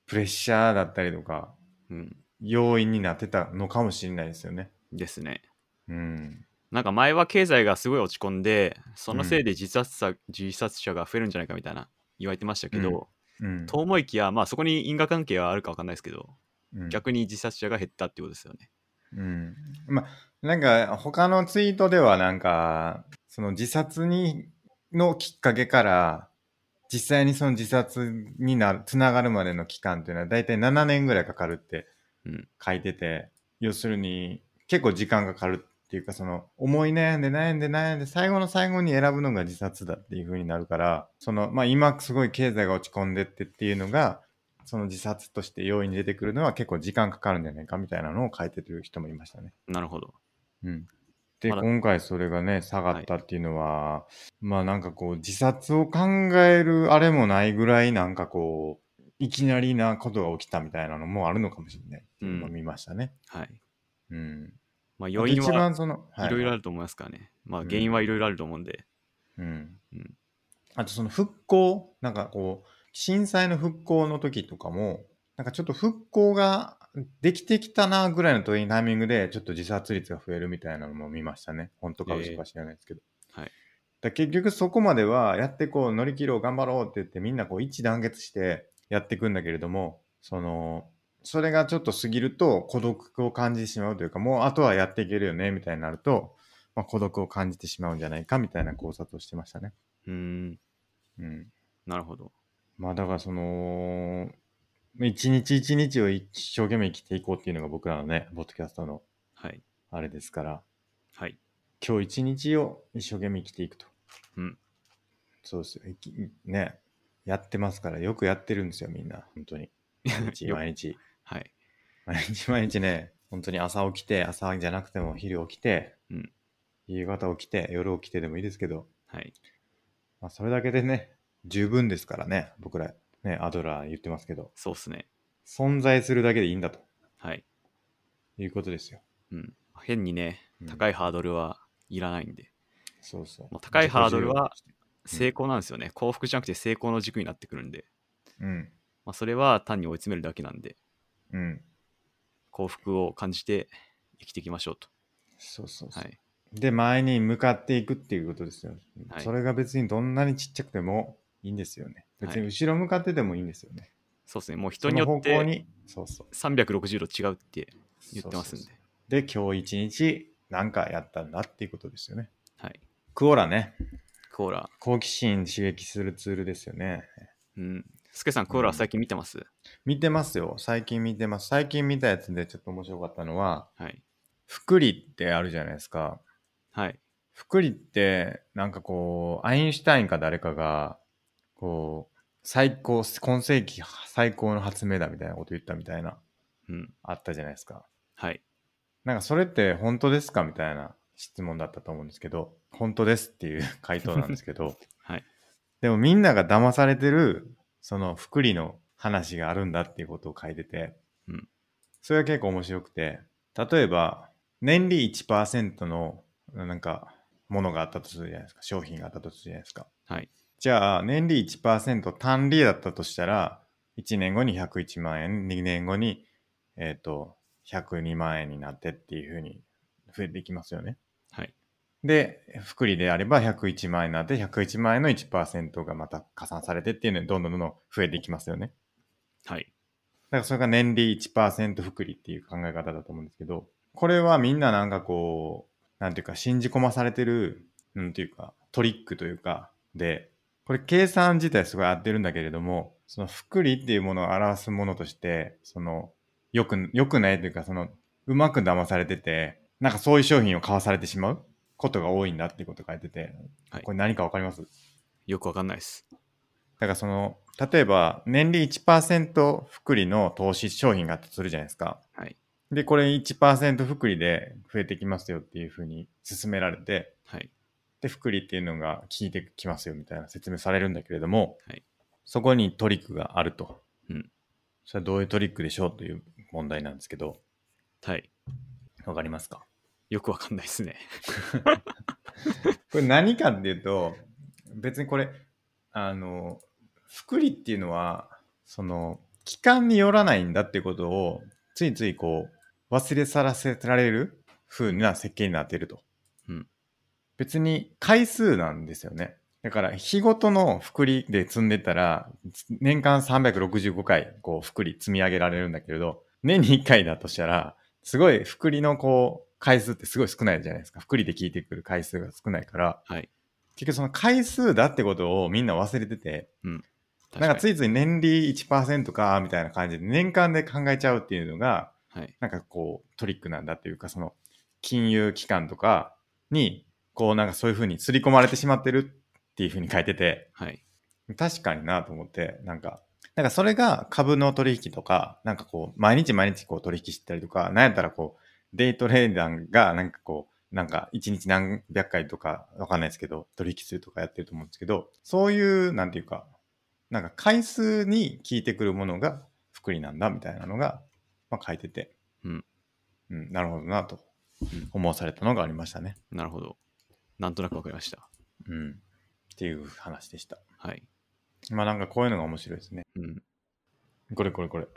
A: う、プレッシャーだったりとか、
B: うん。
A: 要因になってたのかもしれないですよね。
B: ですね。
A: うん。
B: なんか前は経済がすごい落ち込んで、そのせいで自殺者,、自殺者が増えるんじゃないかみたいな言われてましたけど、
A: うん。
B: と思いきや、まあそこに因果関係はあるかわかんないですけど、
A: うん、
B: 逆に自殺者が減ったってことですよね。
A: うん。まあ、なんか、他のツイートでは、なんか、その自殺に、のきっかけから、実際にその自殺になる、つながるまでの期間っていうのは、だいたい7年ぐらいかかるって
B: うん
A: 書いてて、要するに、結構時間がかかるっていうか、その、思い悩んで悩んで悩んで、最後の最後に選ぶのが自殺だっていう風になるから、その、まあ今すごい経済が落ち込んでってっていうのが、その自殺として容易に出てくるのは結構時間かかるんじゃないかみたいなのを書いてる人もいましたね。
B: なるほど。
A: うん、で、
B: まだ
A: 今回それがね、下がったっていうのは、まあなんかこう、自殺を考えるあれもないぐらい、なんかこう、いきなりなことが起きたみたいなのもあるのかもしれない。
B: うん
A: 今見ましたね。
B: はい。
A: うん。
B: まあ余因
A: あと一
B: は
A: 番その、はい
B: ろいろあると思いますからね。まあ原因はいろいろあると思うんで。
A: うん
B: うん。
A: あとその復興、なんかこう、震災の復興の時とかも、なんかちょっと復興ができてきたなぐらいの時にタイミングで、ちょっと自殺率が増えるみたいなのも見ましたね。本当か嘘か知らないですけど。
B: えはい
A: だから結局そこまでは、やってこう、乗り切ろう、頑張ろうって言って、みんなこう、一致団結してやっていくんだけれども、その、それがちょっと過ぎると孤独を感じてしまうというか、もうあとはやっていけるよね、みたいになると、まあ、孤独を感じてしまうんじゃないか、みたいな考察をしてましたね。
B: うーん。
A: うん。
B: なるほど。
A: まあだからその、一日一日を一生懸命生きていこうっていうのが僕らのね、ボッドキャストの
B: はい。
A: あれですから、
B: はい。
A: 今日一日を一生懸命生きていくと。
B: うん。
A: そうですよ。いきね。やってますから、よくやってるんですよ、みんな。本当に。毎日、
B: よ
A: 毎日。
B: はい。
A: 毎日、毎日ね、本当に朝起きて、朝じゃなくても昼起きて、
B: うん
A: 夕方起きて、夜起きてでもいいですけど、
B: はい。
A: まあ、それだけでね、十分ですからね、僕ら、ね、アドラー言ってますけど、
B: そうっすね。
A: 存在するだけでいいんだと
B: はい。
A: いうことですよ。
B: うん。変にね
A: う、ん
B: 高いハードルはいらないんで、
A: そうそう。
B: もう高いハードルは
A: うん
B: 成功なんですよね。幸福じゃなくて成功の軸になってくるんで、
A: 自己需要。うん。
B: まあ、それは単に追い詰めるだけなんで、
A: うん。
B: 幸福を感じて生きていきましょうと。
A: そうそうそう。
B: はい。
A: で、前に向かっていくっていうことですよ、
B: はい
A: それが別にどんなにちっちゃくてもいいんですよね。別に
B: は
A: 後ろ向かってでもいいんですよね。
B: そうですね。もう
A: そ
B: 人に
A: の
B: よ
A: 方
B: っ
A: 向
B: て
A: に、そうそう。
B: 360度違うって言ってます
A: そうそう
B: んで。
A: そうで、今日一日なんかやったんだっていうことですよね。
B: はい。
A: クオラね。
B: コーラ。
A: 好奇心刺激するツールですよね。
B: うん。スケさん、コーラ
A: うん
B: 最近見てます、
A: 見てますよ。最近見てます。最近見たやつでちょっと面白かったのは、
B: はい。
A: 福利ってあるじゃないですか。
B: はい。
A: 福利って、なんかこう、アインシュタインか誰かが、こう、最高、今世紀最高の発明だみたいなこと言ったみたいな、
B: うん。
A: あったじゃないですか。
B: はい。
A: なんかそれって本当ですかみたいな質問だったと思うんですけど、本当ですっていう 回答なんですけど、
B: はい。
A: でもみんなが騙されてる、その福利の話があるんだっていうことを書いてて、
B: うん
A: それが結構面白くて、例えば、年利1%の、なんか、ものがあったとするじゃないですか。商品があったとするじゃないですか。
B: はい。
A: じゃあ、年利1%単利だったとしたら、1年後に101万円、2年後に、えっ、と、102万円になってっていうふうに増えていきますよね。
B: はい。
A: で、福利であれば101万円になって、101万円の1%がまた加算されてっていうのにどんどんどんどん増えていきますよね。
B: はい。
A: だからそれが年利1%福利っていう考え方だと思うんですけど、これはみんななんかこう、なんていうか信じ込まされてる、なんていうかトリックというか、で、これ計算自体すごい合ってるんだけれども、その福利っていうものを表すものとして、その、よく、よくないというか、その、うまく騙されてて、なんかそういう商品を買わされてしまうことが多いんだっていうこと書いてて、
B: はい
A: これ何かわかります
B: よくわかんないです。
A: だからその、例えば、年利1%福利の投資商品があったとするじゃないですか。
B: はい。
A: で、これ1%福利で増えてきますよっていうふうに勧められて、
B: はい。
A: で、福利っていうのが効いてきますよみたいな説明されるんだけれども、
B: はい
A: そこにトリックがあると。
B: うん
A: それはどういうトリックでしょうという問題なんですけど、
B: はい。
A: わかりますか
B: よくわかんないです ね。
A: これ何かっていうと、別にこれ、あの、福利っていうのは、その、期間によらないんだっていうことを、ついついこう、忘れ去らせられる風な設計になっていると。
B: うん
A: 別に回数なんですよね。だから、日ごとの福利で積んでたら、年間365回、こう、福利積み上げられるんだけれど、年に1回だとしたら、すごい福利のこう、回数ってすごい少ないじゃないですか。福利で聞いてくる回数が少ないから、
B: はい。
A: 結局その回数だってことをみんな忘れてて、
B: 確
A: なんか
B: に
A: ついつい年利1%か、みたいな感じで年間で考えちゃうっていうのが、
B: はい。
A: なんかこうトリックなんだっていうか、その金融機関とかに、こうなんかそういうふうに刷り込まれてしまってるっていうふうに書いてて、
B: はい。
A: 確かになと思って、なんか、なんかそれが株の取引とか、なんかこう毎日毎日こう取引してたりとか、なんやったらこうデイトレーダーがなんかこう、なんか一日何百回とかわかんないですけど、取引するとかやってると思うんですけど、そういうなんていうか、なんか回数に効いてくるものが福利なんだみたいなのが、まあ、書いてて、
B: うん、
A: うん、なるほどなと
B: ん
A: 思わされたのがありましたね。
B: なるほど。なんとなくわかりました。
A: うん、っていう話でした。
B: はい。
A: まあなんかこういうのが面白いですね。
B: うん。
A: これこれこれ。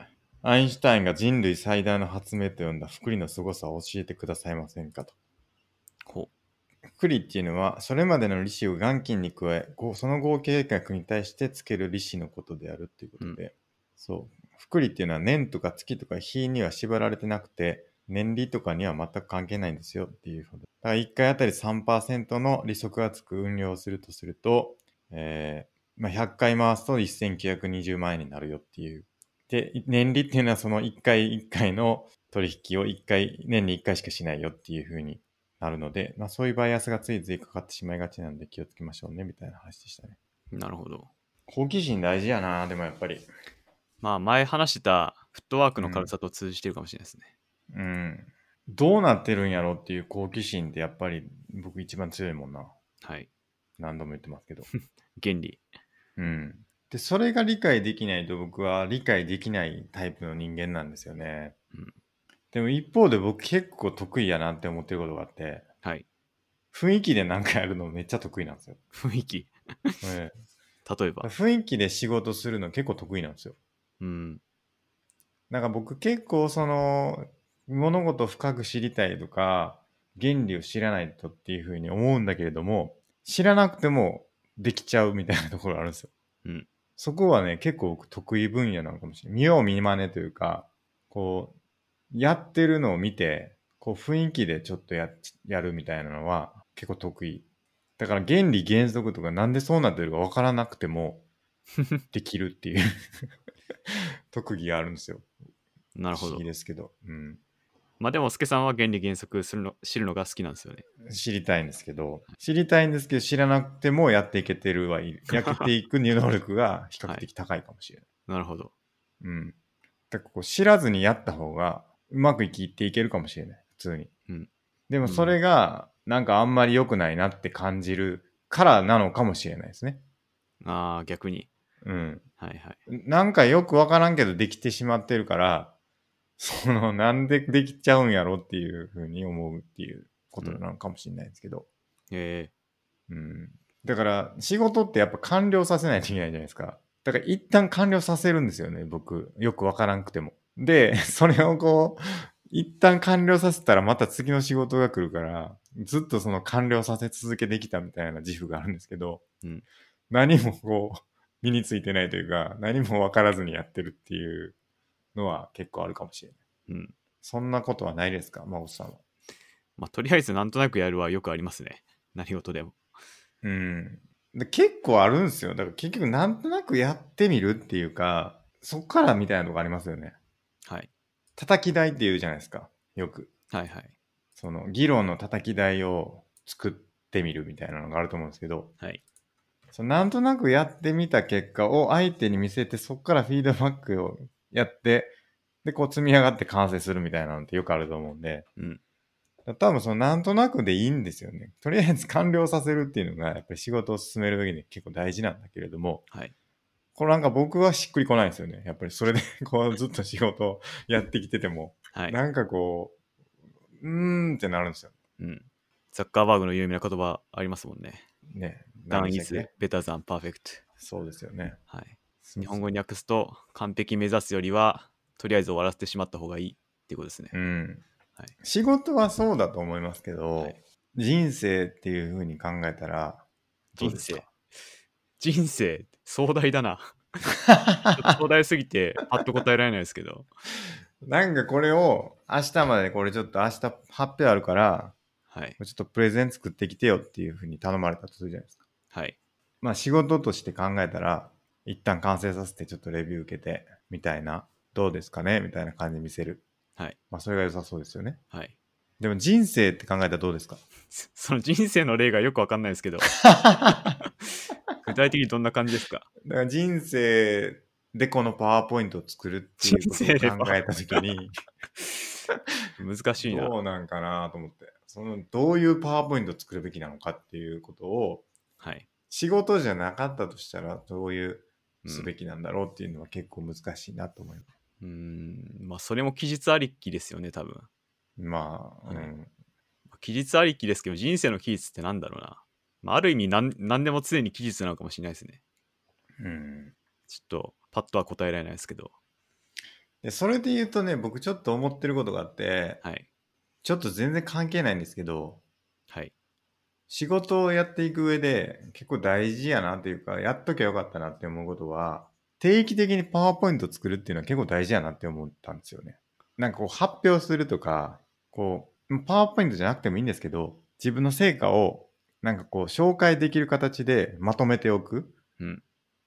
A: アインシュタインが人類最大の発明と呼んだ福利の凄さを教えてくださいませんかと。
B: こ
A: 福利っていうのは、それまでの利子を元金に加え、ごその合計額に対してつける利子のことであるということで、そう。福利っていうのは年とか月とか日には縛られてなくて、年利とかには全く関係ないんですよっていうこと。だから1回あたり3%の利息がつく運用をするとすると、えーまあ、100回回すと1920万円になるよっていう。で、年利っていうのはその1回1回の取引を1回、年に1回しかしないよっていうふうになるので、まあ、そういうバイアスがついついかかってしまいがちなんで気をつけましょうねみたいな話でしたね。
B: なるほど。
A: 好奇心大事やな、でもやっぱり。
B: まあ、前話してたフットワークの軽さと通じてるかもしれないですね。
A: うん。どうなってるんやろっていう好奇心ってやっぱり僕一番強いもんな。
B: はい。
A: 何度も言ってますけ ど。
B: 原理。
A: うん。で、それが理解できないと僕は理解できないタイプの人間なんですよね。
B: うん
A: でも一方で僕結構得意やなって思ってることがあって、
B: はい。
A: 雰囲気で何かやるのめっちゃ得意なんですよ。
B: 雰囲気。
A: え
B: 例え
A: え
B: ば。
A: 雰囲気で仕事するの結構得意なんですよ。
B: うん。
A: なんか僕結構その物事を深く知りたいとか原理を知らないとっていうふうに思うんだけれども知らなくてもできちゃうみたいなところあるんですよ。
B: うん
A: そこはね結構僕得意分野なのかもしれない。見よう見まねというかこうやってるのを見てこう雰囲気でちょっとややるみたいなのは結構得意。だから原理原則とかなんでそうなってるかわからなくて もできるっていう 特技があるんですよ。
B: なるほ
A: 不
B: ど
A: 思議。ですけど、うん、
B: まあでも、スケさんは原理原則するの知るのが好きなんですよね。
A: 知りたいんですけど知りたいんですけど知らなくてもやっていけてるはい るやっていく入能力が比較的高いかもしれない、
B: なるほど。
A: うん、だからこう知らずにやった方がうまくいきっていけるかもしれない普通に、
B: うん
A: でもそれがなんかあんまり良くないなって感じるからなのかもしれないですね
B: ああ、逆に。
A: うん
B: はいはい。
A: なんかよくわからんけどできてしまってるから、その、なんでできちゃうんやろっていうふうに思うっていうことなのかもしれないですけど。
B: え
A: うん。だから、仕事ってやっぱ完了させないといけないじゃないですか。だから一旦完了させるんですよね、僕。よくわからんくても。で、 それをこう、一旦完了させたらまた次の仕事が来るから、ずっとその完了させ続けてきたみたいな自負があるんですけど、
B: うん
A: 何もこう、身についてないというか、何もわからずにやってるっていうのは結構あるかもしれない。
B: えうん。
A: そんなことはないですか、真帆さんは。
B: まあ、とりあえずなんとなくやるはよくありますね。何事でも。
A: うん。で結構あるんですよ。だから結局なんとなくやってみるっていうか、そっからみたいなとこありますよね。
B: はい。
A: 叩き台って言うじゃないですか。よく。
B: はいはい。
A: その議論の叩き台を作ってみるみたいなのがあると思うんですけど、
B: はい。
A: そのなんとなくやってみた結果を相手に見せて、そこからフィードバックをやって、で、こう積み上がって完成するみたいなのってよくあると思うんで、
B: うん。
A: 多分そのなんとなくでいいんですよね。とりあえず完了させるっていうのが、やっぱり仕事を進める上で結構大事なんだけれども、
B: はい。
A: これなんか僕はしっくりこないんですよね。やっぱりそれで こうずっと仕事をやってきてても、
B: はい。
A: なんかこう、うーんってなるんですよ。
B: うん。ザッカーバーグの有名な言葉ありますもんね。
A: ね。
B: ダ
A: 何
B: ン
A: で
B: イ
A: したっけ
B: ズベタザンパーフェクト。
A: そうですよね。
B: はい。
A: そう
B: 日本語に訳すと、完璧目指すよりは、とりあえず終わらせてしまった方がいいっていうこと ですね。
A: うん
B: はい
A: 仕事はそうだと思いますけど、
B: はい
A: 人生っていうふうに考えたらどう
B: 人
A: です
B: 生
A: か。
B: 人生、壮大 だな。ちょっと壮大すぎて、パッと答えられないですけど。
A: なんかこれを明日までこれちょっと明日発表あるから
B: はい。
A: ちょっとプレゼン作ってきてよっていうふうに頼まれたとするじゃないですか。
B: はい。
A: まあ仕事として考えたら一旦完成させてちょっとレビュー受けてみたいなどうですかねみたいな感じで見せる。
B: はい。
A: まあそれが良さそうですよね。
B: はい。
A: でも人生って考えたらどうです か
B: そその人生の例がよくわかんないですけど、具体的にどんな感じですか
A: だから人生でこのパワーポイントを作るっていうことを考えたときに、
B: 難しいな。
A: どうなんかなと思って、そのどういうパワーポイントを作るべきなのかっていうことを、
B: はい。
A: 仕事じゃなかったとしたらどういう
B: うん
A: すべきなんだろうっていうのは結構難しいなと思います。
B: うーん、まあ、それも期日ありきですよね、多分。
A: まあ、う
B: はい
A: ん、
B: 期日ありきですけど、人生の期日ってなんだろうな。まあ、ある意味なん、何でも常に期日なのかもしれないですね。
A: うん。
B: ちょっと、パッとは答えられないですけど。
A: で、それで言うとね、僕ちょっと思ってることがあって、
B: はい。
A: ちょっと全然関係ないんですけど、
B: はい。
A: 仕事をやっていく上で結構大事やなというか、やっときゃよかったなって思うことは、定期的にパワーポイント作るっていうのは結構大事やなって思ったんですよね。なんかこう発表するとか、こう、パワーポイントじゃなくてもいいんですけど、自分の成果をなんかこう紹介できる形でまとめておく
B: うん
A: っ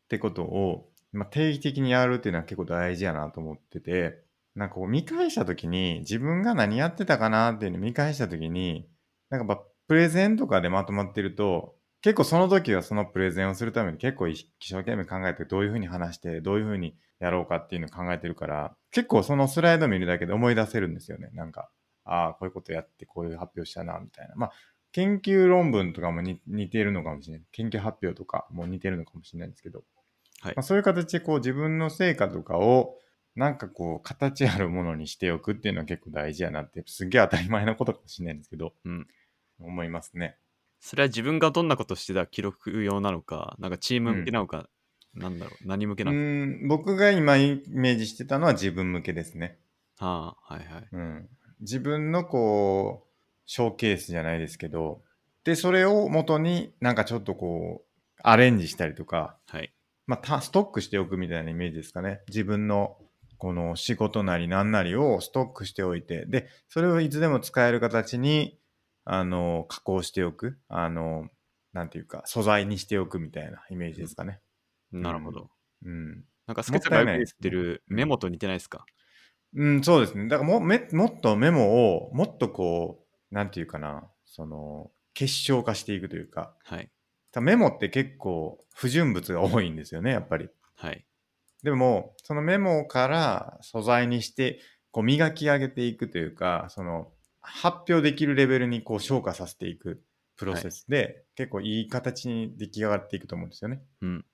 A: てことを、まあ、定期的にやるっていうのは結構大事やなと思ってて、なんかこう見返した時に自分が何やってたかなっていうのを見返した時に、なんかやっぱプレゼンとかでまとまってると、結構その時はそのプレゼンをするために結構一生懸命考えてどういうふうに話してどういうふうにやろうかっていうのを考えてるから結構そのスライド見るだけで思い出せるんですよねなんかああこういうことやってこういう発表したなみたいなまあ研究論文とかもに似ているのかもしれない研究発表とかも似てるのかもしれないんですけど、
B: はい
A: まあ、そういう形でこう自分の成果とかをなんかこう形あるものにしておくっていうのは結構大事やなってすげえ当たり前のことかもしれないんですけど、
B: うん
A: 思いますね。
B: それは自分がどんなことしてた記録用なのか、なんかチーム向けなのか、なんだろう、何向け
A: う
B: なのか。
A: ん僕が今イメージしてたのは自分向けですね。
B: ああ、はいはい。
A: うん、自分のこうショーケースじゃないですけどでそれを元になんかちょっとこうアレンジしたりとか、
B: はい。
A: まあ、たストックしておくみたいなイメージですかね自分のこの仕事なりなんなりをストックしておいてでそれをいつでも使える形にあの加工しておくあのなんていうか素材にしておくみたいなイメージですかね。
B: なるほど。
A: うん
B: なんか、スケさんがよく言ってるメモと似てないですか、
A: うん、そうですね。だからもめもっとメモを、もっとこう、なんていうかな、その、結晶化していくというか、
B: はい。
A: ただメモって結構不純物が多いんですよね、やっぱり。
B: はい。
A: でも、そのメモから素材にして、こう磨き上げていくというか、その、発表できるレベルにこう昇華させていくプロセスで、結構いい形に出来上がっていくと思うんですよね。
B: うん。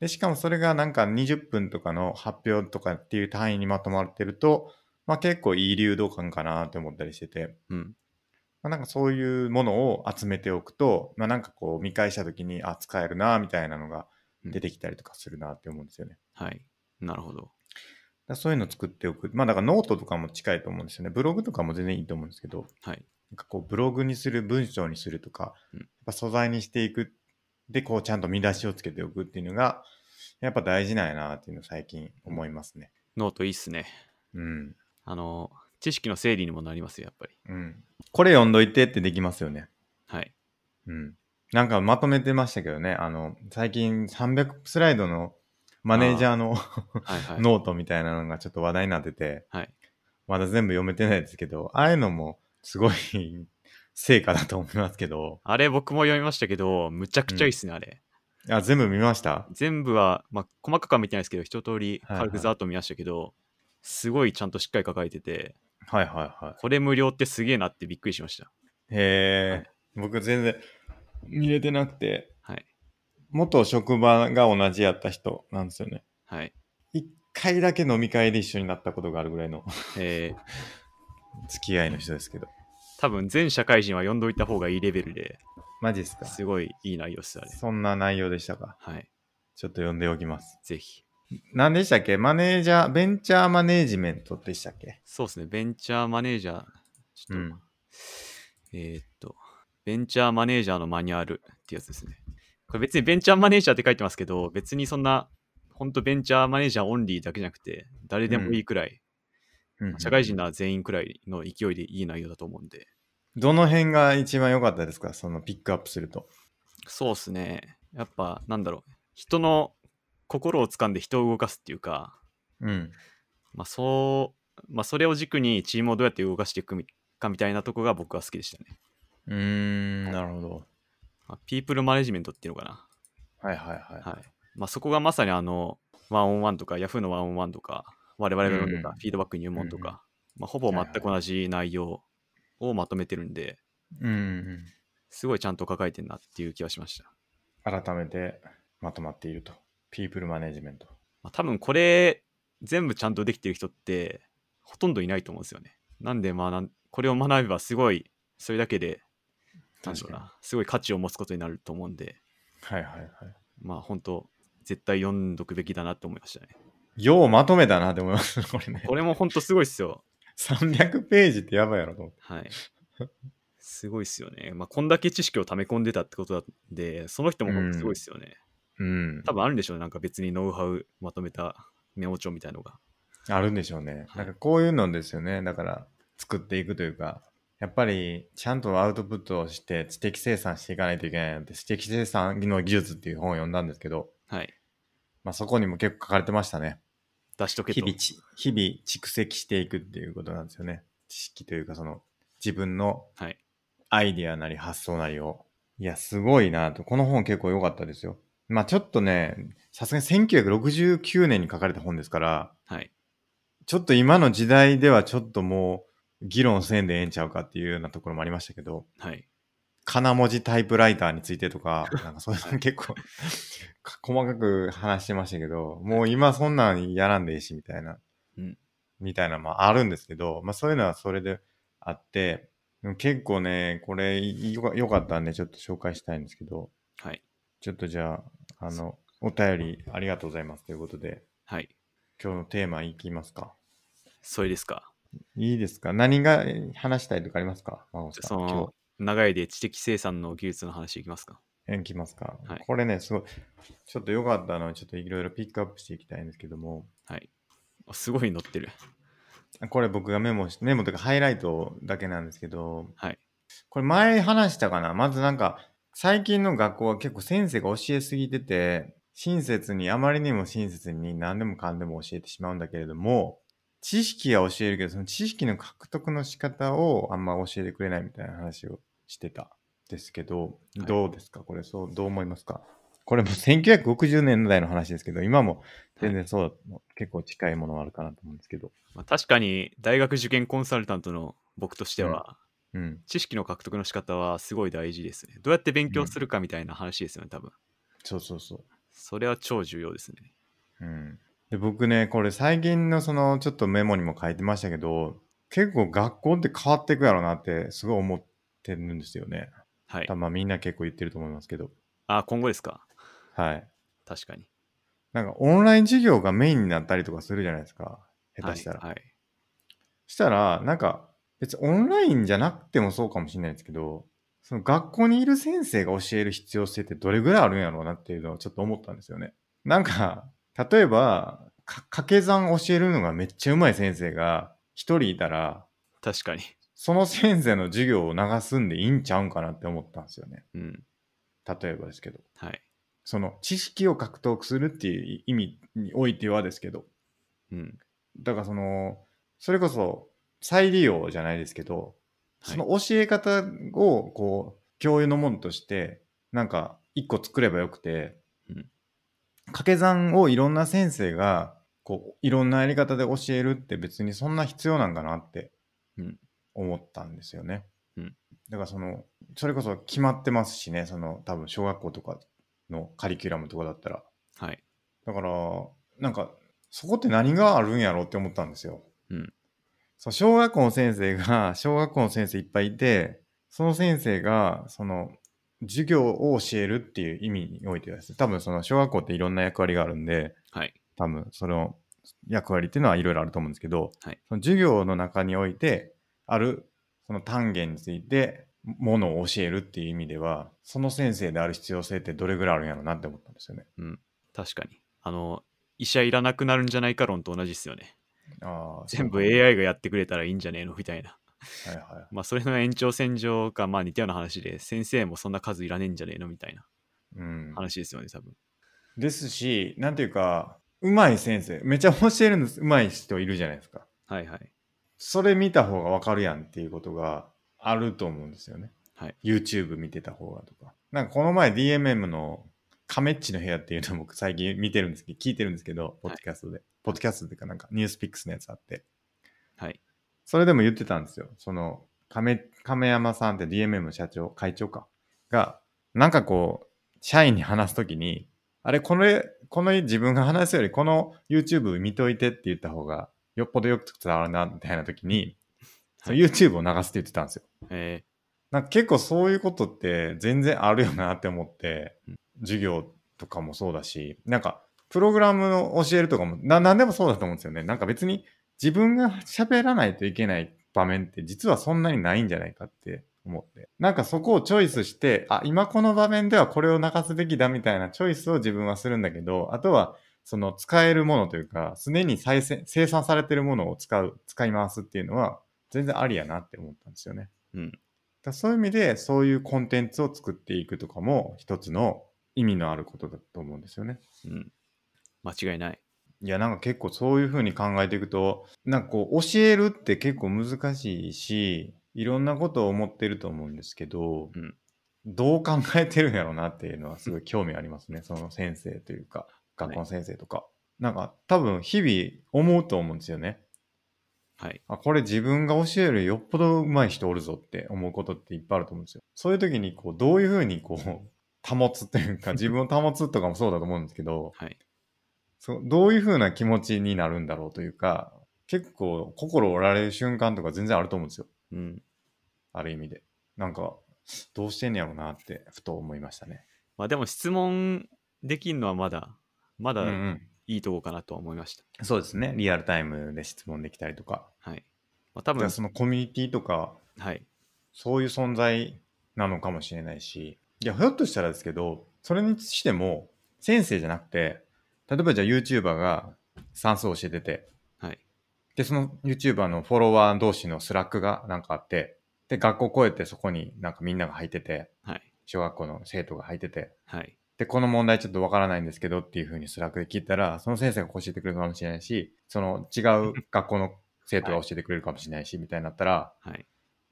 A: で、しかもそれがなんか20分とかの発表とかっていう単位にまとまってると、まあ結構いい流動感かなって思ったりしてて、
B: うん。
A: まあ、なんかそういうものを集めておくと、まあなんかこう見返した時に、あ、使えるなみたいなのが出てきたりとかするなって思うんですよね。
B: はい。なるほど。
A: だからそういうのを作っておく。まあだからノートとかも近いと思うんですよね。ブログとかも全然いいと思うんですけど、
B: はい。
A: なんかこうブログにする、文章にするとか、
B: うん
A: やっぱ素材にしていく。で、こうちゃんと見出しをつけておくっていうのが、やっぱ大事なんやなっていうのを最近思いますね。
B: ノートいいっすね。
A: うん。
B: あの、知識の整理にもなりますよ、やっぱり。
A: うん。これ読んどいてってできますよね。
B: はい。
A: うん。なんかまとめてましたけどね、あの、最近300スライドのマネージャーの
B: はいは い。
A: ノートみたいなのがちょっと話題になってて、
B: はい。
A: まだ全部読めてないですけど、ああいうのもすごい成果だと思いますけど、
B: あれ、僕も読みましたけど、むちゃくちゃいいっすね、あれ。
A: あ、全部見ました
B: 全部は、まあ、細かくは見てないですけど、一通り
A: はいはい
B: 軽くざーっと見ましたけど、すごいちゃんとしっかり書かれてて、
A: はいはいはい。
B: これ無料ってすげえなってびっくりしました。
A: へえ、僕全然見れてなくて、
B: はい。
A: 元職場が同じやった人なんですよね。
B: はい。
A: 一回だけ飲み会で一緒になったことがあるぐらいの
B: えー、
A: 付き合いの人ですけど。
B: 多分全社会人は読んどいた方がいいレベルで
A: マジっすか
B: すごいいい内容っす、あれ。
A: そんな内容でしたか。
B: はい。
A: ちょっと読んでおきます。
B: ぜひ。
A: 何でしたっけマネージャー、ベンチャーマネージメントでしたっけ
B: そうですね、ベンチャーマネージャー、ちょっと、
A: うん
B: えーっと、ベンチャーマネージャーのマニュアルってやつですね。これ別にベンチャーマネージャーって書いてますけど、別にそんな、本当ベンチャーマネージャーオンリーだけじゃなくて、誰でもいいくらい、社会人なら全員くらいの勢いでいい内容だと思うんで、
A: どの辺が一番良かったですかそのピックアップすると。
B: そうですね、やっぱなんだろう、人の心を掴んで人を動かすっていうか、
A: うん。
B: まあそう、まあそれを軸にチームをどうやって動かしていくみかみたいなとこが僕は好きでしたね。
A: うーん、なるほど。
B: まあピープルマネジメントっていうのかな。
A: はいはいはい。
B: はいまあ、そこがまさにあのワンオンワンとか Yahoo のワンオンワンとか我々が読んでた
A: うん
B: フィードバック入門と
A: うんうん
B: か、まあ、ほぼ全く同じ内容をまとめてるんで
A: うんうん。
B: すごいちゃんと書かれてるなっていう気がしました、
A: 改めてまとまっていると。ピープルマネージメント。
B: まあ、多分これ全部ちゃんとできてる人ってほとんどいないと思うんですよねなんでまあなんこれを学べばすごいそれだけでなんだろうなすごい価値を持つことになると思うんで
A: はいはいはい。
B: まあ本当絶対読んどくべきだなって思いましたね
A: ようまとめたなって思います。 これね。
B: これも本当すごいっすよ
A: 300ページってやばいやろと思って。
B: はい。すごいですよね。まあ、こんだけ知識を溜め込んでたってことなんで、その人も本当すごいですよね。
A: うん。
B: 多分あるんでしょうね。なんか別にノウハウまとめたメモ帳みたいのが。
A: あるんでしょうね。
B: はい
A: なんかこういうのですよね。だから作っていくというか、やっぱりちゃんとアウトプットをして知的生産していかないといけないので、知的生産の技術っていう本を読んだんですけど、
B: はい。
A: まあ、そこにも結構書かれてましたね。
B: 出しとけ
A: 日
B: と。
A: 々ち、日々蓄積していくっていうことなんですよね。知識というか、その自分の
B: はい。
A: アイディアなり発想なりを。いや、すごいなと。この本結構良かったですよ。まあちょっとね、さすがに1969年に書かれた本ですから、
B: はい。
A: ちょっと今の時代ではちょっともう議論せんでええんちゃうかっていうようなところもありましたけど、
B: はい。
A: 金文字タイプライターについてと か、なんかそういうの結構か細かく話してましたけど、もう今そんなんやらんでいいしみたいな、
B: うん
A: みたいなのもあるんですけど、まあそういうのはそれであって、でも結構ね、これよか良かったんでちょっと紹介したいんですけど、
B: はい。
A: ちょっとじゃあ、あの、お便りありがとうございますということで、
B: はい。
A: 今日のテーマいきますか。
B: それですか。
A: いいですか何がえ話したいとかありますか真帆
B: じゃ
A: さ
B: あそ
A: ん。今日
B: の、長いで知的生産の技術の話いきますか。
A: 縁きますか、
B: はい
A: これね、すごい、ちょっと良かったのは、ちょっといろいろピックアップしていきたいんですけども、
B: はい。あすごい乗ってる。
A: これ僕がメモし、メモというかハイライトだけなんですけど、
B: はい。
A: これ前話したかなまずなんか、最近の学校は結構先生が教えすぎてて、親切に、あまりにも親切に何でもかんでも教えてしまうんだけれども、知識は教えるけど、その知識の獲得の仕方をあんま教えてくれないみたいな話をしてたんですけど、
B: はい
A: どうですかこれ、そう、どう思いますかこれも1960年代の話ですけど、今も全然そう、結構近いものはあるかなと思うんですけど。
B: まあ、確かに、大学受験コンサルタントの僕としては、
A: うん。
B: 知識の獲得の仕方はすごい大事ですね。どうやって勉強するかみたいな話ですよね、多分。
A: そうそうそう。
B: それは超重要ですね。
A: うん、で僕ねこれ最近のそのちょっとメモにも書いてましたけど結構学校って変わっていくやろうなってすごい思ってるんですよね。
B: はい
A: 多。分まあみんな結構言ってると思いますけど。
B: あ、今後ですか。
A: はい。
B: 確かに。
A: なんかオンライン授業がメインになったりとかするじゃないですか。下手したら。
B: はい。はい
A: したらなんか別にオンラインじゃなくてもそうかもしれないですけどその学校にいる先生が教える必要性ってどれぐらいあるんやろうなっていうのをちょっと思ったんですよね。なんか例えばか掛け算教えるのがめっちゃうまい先生が一人いたら
B: 確かに。
A: その先生の授業を流すんでいいんちゃうんかなって思ったんですよね。
B: うん。
A: 例えばですけど。
B: はい。
A: その知識を獲得するっていう意味においてはですけど
B: うん。
A: だからその、それこそ再利用じゃないですけど、
B: は
A: そ
B: い
A: の教え方をこう、共有のものとして、なんか一個作ればよくて、
B: うん
A: 掛け算をいろんな先生が、こう、いろんなやり方で教えるって別にそんな必要なんかなって
B: うん
A: 思ったんですよね。
B: うん
A: だからその、それこそ決まってますしね、その多分小学校とかのカリキュラムとかだったら。
B: はい。
A: だから、なんか、そこって何があるんやろうって思ったんですよ。
B: うん
A: そう、小学校の先生が、 小学校の先生いっぱいいて、その先生が、その、授業を教えるっていう意味においてはですね、多分その小学校っていろんな役割があるんで、
B: はい。
A: 多分その役割っていうのはいろいろあると思うんですけど、
B: はい
A: その授業の中においてあるその単元についてものを教えるっていう意味では、その先生である必要性ってどれぐらいあるんやろうなって思ったんですよね。
B: 確かに。あの、医者いらなくなるんじゃないか論と同じですよね。
A: あー
B: 全部
A: そう
B: AI がやってくれたらいいんじゃねえのみたいな。
A: はいはい。
B: まあ、それの延長線上か、まあ似たような話で、先生もそんな数いらねえんじゃねえのみたいな
A: うん、
B: 話ですよね、多分。
A: ですし、なんていうか、うまい先生、めちゃ教えるんです、うまい人いるじゃないですか。
B: はいはい。
A: それ見た方がわかるやんっていうことがあると思うんですよね。
B: はい、
A: YouTube 見てた方がとか。なんかこの前 DMM のカメッチの部屋っていうのを僕最近見てるんですけど、聞いてるんですけど、ポッドキャストで。ポッドキャストっていうかなんかニュースピックスのやつあって。
B: はい。
A: それでも言ってたんですよ。その、亀、亀山さんって DMM の社長、会長か。が、なんかこう、社員に話すときに、あれ、これ、この自分が話すより、この YouTube 見といてって言った方が、よっぽどよく伝わるな、みたいなときに、その YouTube を流すって言ってたんですよ。
B: え
A: なんか結構そういうことって全然あるよなって思って
B: うん、
A: 授業とかもそうだし、なんかプログラムの教えるとかも、な、なんでもそうだと思うんですよね。なんか別に自分が喋らないといけない場面って実はそんなにないんじゃないかって思って。なんかそこをチョイスして、あ、今この場面ではこれを流すべきだみたいなチョイスを自分はするんだけど、あとはその使えるものというか、常に再生生産されてるものを使う、使い回すっていうのは全然ありやなって思ったんですよね。
B: えうん。
A: だからそういう意味でそういうコンテンツを作っていくとかも一つの意味のあることだと思うんですよね。
B: うん。間違いない。
A: いやなんか結構そういうふうに考えていくとなんかこう教えるって結構難しいしいろんなことを思ってると思うんですけど、
B: うん
A: どう考えてるんやろうなっていうのはすごい興味あります ね。その先生というか、学校の先生とか。なんか多分日々思うと思うんですよね。
B: はい。
A: あ、これ自分が教えるよりよっぽど上手い人おるぞって思うことっていっぱいあると思うんですよ。そういう時にこう、どういうふうにこう、保つというか、自分を保つとかもそうだと思うんですけど、
B: はい。
A: そうどういうふうな気持ちになるんだろうというか、結構心折られる瞬間とか全然あると思うんですよ。
B: うん。
A: ある意味で。なんか、どうしてんねやろうなって、ふと思いましたね。
B: まあでも質問できんのはまだ、ま
A: う
B: だ
A: んうん。
B: いいとこかなとは思いました。
A: そうですね。リアルタイムで質問できたりとか。
B: はい。まあ
A: だ
B: 多
A: か
B: 分
A: ら、そのコミュニティとか、
B: はい。
A: そういう存在なのかもしれないし、いや、ひょっとしたらですけど、それにしても、先生じゃなくて、例えばじゃあ YouTuber が算数を教えてて、
B: はい。
A: で、その YouTuber のフォロワー同士のスラックがなんかあって、で、学校越えてそこになんかみんなが入ってて、
B: はい。
A: 小学校の生徒が入ってて、
B: はい。
A: で、この問題ちょっとわからないんですけどっていうふうにスラックで聞いたら、その先生が教えてくれるかもしれないし、その違う学校の生徒が教えてくれるかもしれないし、みたいになったら、
B: はい。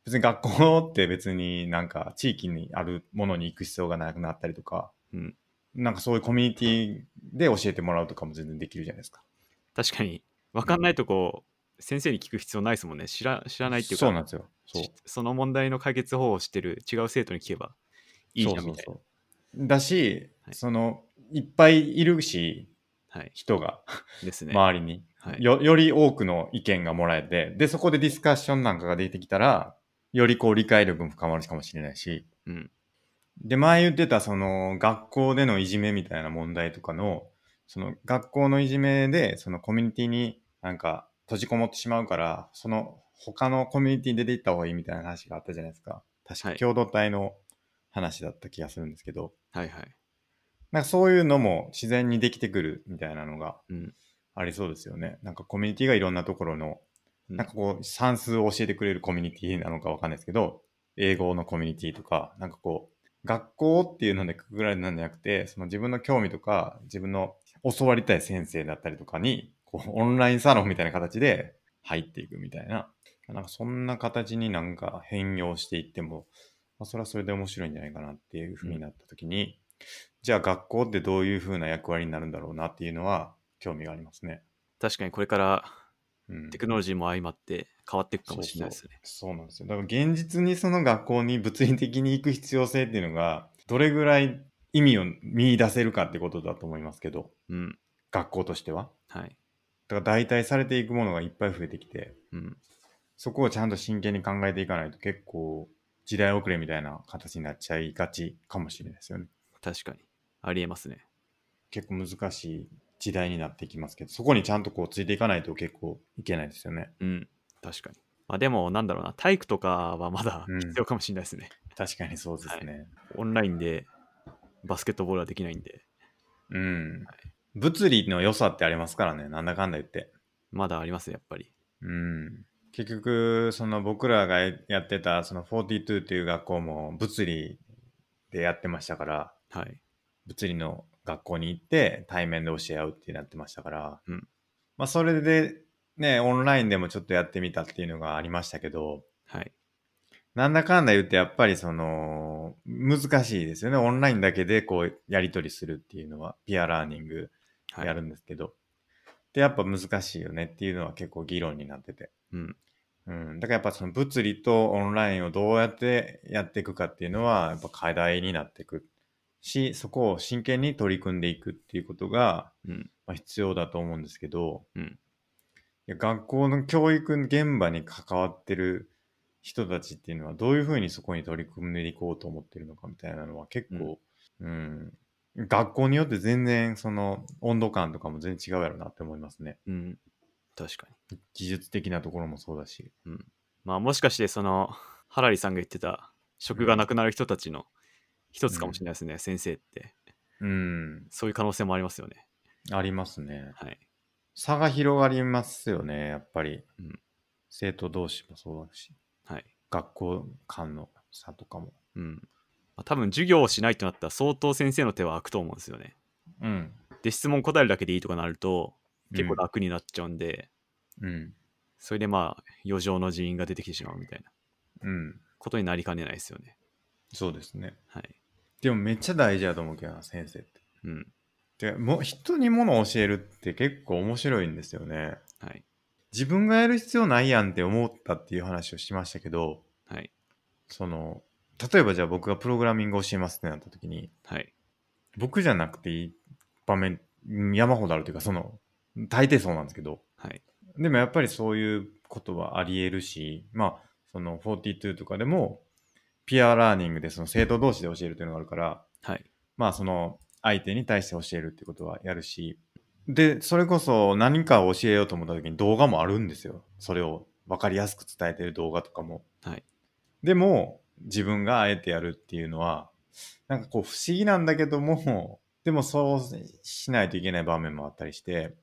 A: 別に学校って別になんか地域にあるものに行く必要がなくなったりとか、
B: うん
A: なんかそういうコミュニティで教えてもらうとかも全然できるじゃないですか。
B: 確かに、わかんないとこ、先生に聞く必要ないですもんね。知ら知らないっていうか、
A: そうなんですよ。そう
B: しその問題の解決方法をしてる違う生徒に聞けばいいじゃんみたいな。
A: そうそうそうだし、
B: はい
A: そのいっぱいいるし
B: はい。
A: 人が
B: ですね。
A: 周りに、
B: はい。
A: よより多くの意見がもらえてでそこでディスカッションなんかが出てきたらよりこう理解力も深まるかもしれないし
B: うん。
A: で前言ってたその学校でのいじめみたいな問題とかのその学校のいじめでそのコミュニティになんか閉じこもってしまうからその他のコミュニティに出て行った方がいいみたいな話があったじゃないですか確
B: は
A: か
B: い
A: 共同体の話だった気がするんですけど、
B: はいはい。
A: なんかそういうのも自然にできてくるみたいなのが
B: うん。
A: ありそうですよね。なんかコミュニティがいろんなところの、
B: うん
A: なんかこう算数を教えてくれるコミュニティなのかわかんないですけど、英語のコミュニティとか、なんかこう、学校っていうのでくぐられるんじゃなくて、その自分の興味とか、自分の教わりたい先生だったりとかに、こう、オンラインサロンみたいな形で入っていくみたいな、なんかそんな形になんか変容していっても、まあ、それはそれで面白いんじゃないかなっていうふうになった時に、じゃあ学校ってどういうふうな役割になるんだろうなっていうのは興味がありますね。
B: 確かにこれから
A: うん
B: テクノロジーも相まって変わっていくかもしれないですね。
A: そうそうそうなんですよ。だから現実にその学校に物理的に行く必要性っていうのが、どれぐらい意味を見出せるかってことだと思いますけど、
B: うん。
A: 学校としては。
B: はい。
A: だから代替されていくものがいっぱい増えてきて、
B: うん。
A: そこをちゃんと真剣に考えていかないと結構時代遅れみたいな形になっちゃいがちかもしれないですよね。
B: 確かに。ありえますね。
A: 結構難しい時代になってきますけど、そこにちゃんとこうついていかないと結構いけないですよね。
B: うん。確かに。まあでも、なんだろうな。体育とかはまだ
A: うん
B: 必要かもしれないですね。
A: 確かにそうですね。
B: オンラインでバスケットボールはできないんで、
A: うん。物理の良さってありますからね、なんだかんだ言って。
B: まだありますね、やっぱり。
A: うん、結局その僕らがやってたその42っていう学校も物理でやってましたから
B: はい。
A: 物理の学校に行って対面で教え合うってなってましたから、
B: うん
A: まあ、それでねオンラインでもちょっとやってみたっていうのがありましたけど
B: はい。
A: なんだかんだ言ってやっぱりその難しいですよねオンラインだけでこうやり取りするっていうのはピアラーニング
B: はい、
A: やるんですけど、でやっぱ難しいよねっていうのは結構議論になってて。
B: うん。
A: うん、だからやっぱその物理とオンラインをどうやってやっていくかっていうのはやっぱ課題になっていくしそこを真剣に取り組んでいくっていうことが
B: うん。
A: まあ必要だと思うんですけど、
B: うん
A: いや学校の教育現場に関わってる人たちっていうのはどういうふうにそこに取り組んでいこうと思ってるのかみたいなのは結構、うん学校によって全然その温度感とかも全然違うやろなって思いますね
B: うん。確かに。
A: 技術的なところもそうだし。
B: まあもしかしてそのハラリさんが言ってた職がなくなる人たちの一つかもしれないですね、先生って
A: うん、
B: そういう可能性もありますよね
A: ありますね。
B: はい
A: 差が広がりますよね、やっぱり。
B: うん
A: 生徒同士もそうだし、
B: はい
A: 学校間の差とかも。
B: うん、まあ、多分授業をしないとなったら相当先生の手は空くと思うんですよね
A: うん。
B: で質問答えるだけでいいとかなると結構楽になっちゃうんで、
A: うん。
B: それでまあ余剰の人員が出てきてしまうみたいな
A: うん。
B: ことになりかねないですよね。
A: そうですね。
B: はい。
A: でもめっちゃ大事だと思うけどな、先生って。
B: うん。
A: てかもう人に物を教えるって結構面白いんですよね。
B: はい。
A: 自分がやる必要ないやんって思ったっていう話をしましたけど、
B: はい。
A: その、例えばじゃあ僕がプログラミングを教えますってなった時に、
B: はい。
A: 僕じゃなくていい場面、うん山ほどあるというか、その、大抵そうなんですけど、
B: はい。
A: でもやっぱりそういうことはあり得るし、まあ、その42とかでも、ピアラーニングでその生徒同士で教えるというのがあるから、
B: はい。
A: まあその相手に対して教えるってことはやるし、で、それこそ何かを教えようと思った時に動画もあるんですよ。それを分かりやすく伝えてる動画とかも。
B: はい。
A: でも、自分があえてやるっていうのは、なんかこう不思議なんだけども、でもそうしないといけない場面もあったりして、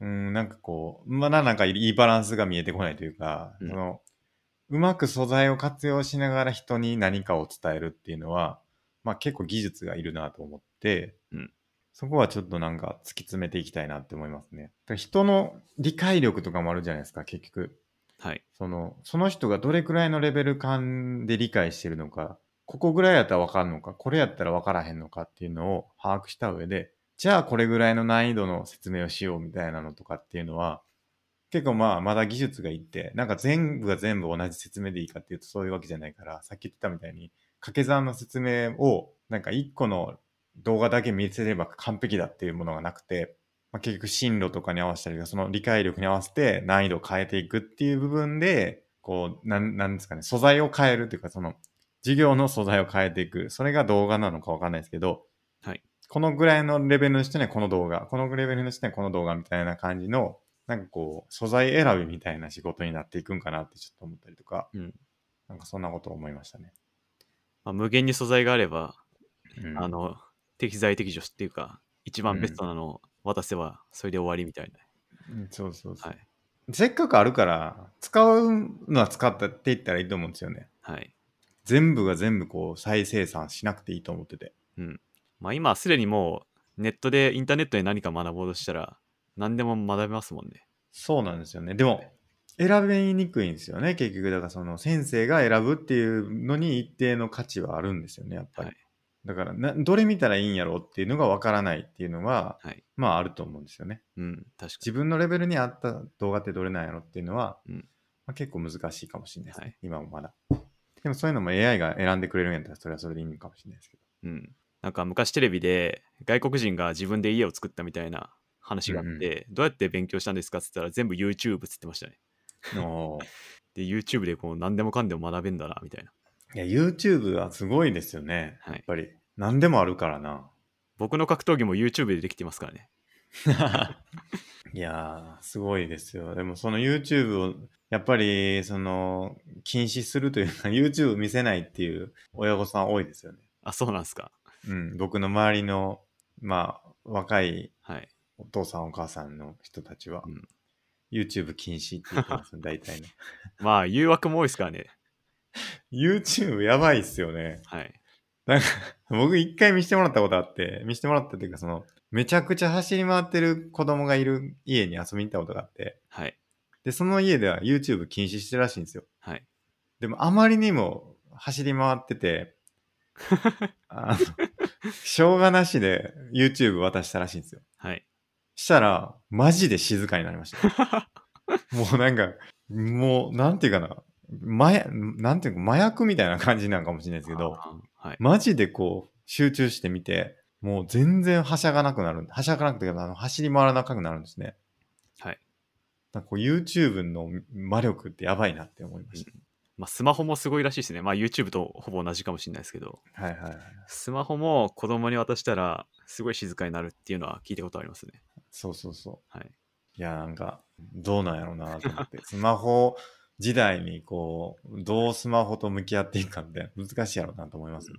B: うん
A: うん、なんかこう、まだなんかいいバランスが見えてこないというか、
B: うん
A: その、うまく素材を活用しながら人に何かを伝えるっていうのは、まあ結構技術がいるなと思って、
B: うん
A: そこはちょっとなんか突き詰めていきたいなって思いますね。だから人の理解力とかもあるじゃないですか、結局。
B: はい。
A: その、その人がどれくらいのレベル感で理解してるのか、ここぐらいやったらわかるのか、これやったらわからへんのかっていうのを把握した上で、じゃあこれぐらいの難易度の説明をしようみたいなのとかっていうのは、結構まあまだ技術がいって、なんか全部が全部同じ説明でいいかっていうとそういうわけじゃないから、さっき言ってたみたいに掛け算の説明をなんか一個の動画だけ見せれば完璧だっていうものがなくて、まあ、結局進路とかに合わせたりとかその理解力に合わせて難易度を変えていくっていう部分でこうなんなんですかね素材を変えるというかその授業の素材を変えていくそれが動画なのかわかんないですけど、
B: はい、
A: このぐらいのレベルの人にはこの動画このレベルの人にはこの動画みたいな感じのなんかこう素材選びみたいな仕事になっていくんかなってちょっと思ったりとか、
B: うん
A: なんかそんなことを思いましたね。
B: まあ、無限に素材があれば、
A: うん
B: あの、適材適所っていうか、一番ベストなのを渡せば、それで終わりみたい
A: うんそうそうそ
B: な。
A: う、
B: はい。
A: せっかくあるから使うのは使ったっていったらいいと思うんですよね。
B: はい。
A: 全部が全部こう再生産しなくていいと思ってて。
B: うん。まあ、今、すでにもう、ネットで、インターネットで何か学ぼうとしたら、何でも学べますもんね。
A: そうなんですよね。でも、選びにくいんですよね。結局、だからその先生が選ぶっていうのに一定の価値はあるんですよね、やっぱり。
B: はい
A: だからな、どれ見たらいいんやろうっていうのがわからないっていうのは、
B: はい。
A: まああると思うんですよね。
B: うん、確か
A: 自分のレベルに合った動画ってどれなんやろっていうのは、
B: うん
A: まあ、結構難しいかもしれないですね、
B: はい
A: 今もまだ。でもそういうのも AI が選んでくれるんやったら、それはそれでいいのかもしれないですけど。
B: に。うん。なんか、昔テレビで、外国人が自分で家を作ったみたいな話があって、どうやって勉強したんですかって言ったら、全部 YouTube って言ってましたね。
A: おー
B: で、YouTube でこう、何でもかんでも学べんだな、みたいな。
A: いや、YouTube はすごいですよね。
B: はい
A: やっぱり。何でもあるからな。
B: 僕の格闘技も YouTube でできてますからね。
A: いやー、すごいですよ。でもその YouTube を、やっぱり、その、禁止するというか、YouTube を見せないっていう親御さん多いですよね。
B: あ、そうなんですか。
A: うん、僕の周りの、まあ、若い
B: はい。
A: お父さんお母さんの人たちは、
B: うん YouTube
A: YouTube 禁止って言ってますね、大体ね。
B: まあ、誘惑も多いですからね。
A: YouTube やばいっすよね。
B: はい。
A: なんか、僕一回見してもらったことあって、見してもらったっていうか、その、めちゃくちゃ走り回ってる子供がいる家に遊びに行ったことがあって、
B: はい。
A: で、その家では YouTube 禁止してるらしいんですよ。
B: はい。
A: でも、あまりにも走り回ってて、あの、しょうがなしで YouTube 渡したらしいんですよ。
B: はい。
A: したら、マジで静かになりました。もうなんか、もう、なんていうかな、まや、なんていうか、麻薬みたいな感じなんかもしれないですけど、
B: あーはい。
A: マジでこう、集中してみて、もう全然はしゃがなくなる。はしゃがなくて、あの走り回らなくなるんですね。
B: はい。
A: なんかこう YouTube の魔力ってやばいなって思いました。
B: まあ、スマホもすごいらしいですね。まあ、YouTube とほぼ同じかもしれないですけど、
A: はいはいはい。
B: スマホも子供に渡したら、すごい静かになるっていうのは聞いたことありますね。
A: そうそうそ
B: はい。
A: う。いや、なんか、どうなんやろうなと思って。 スマホ時代にこう、どうスマホと向き合っていくかみたいな、難しいやろうなと思います。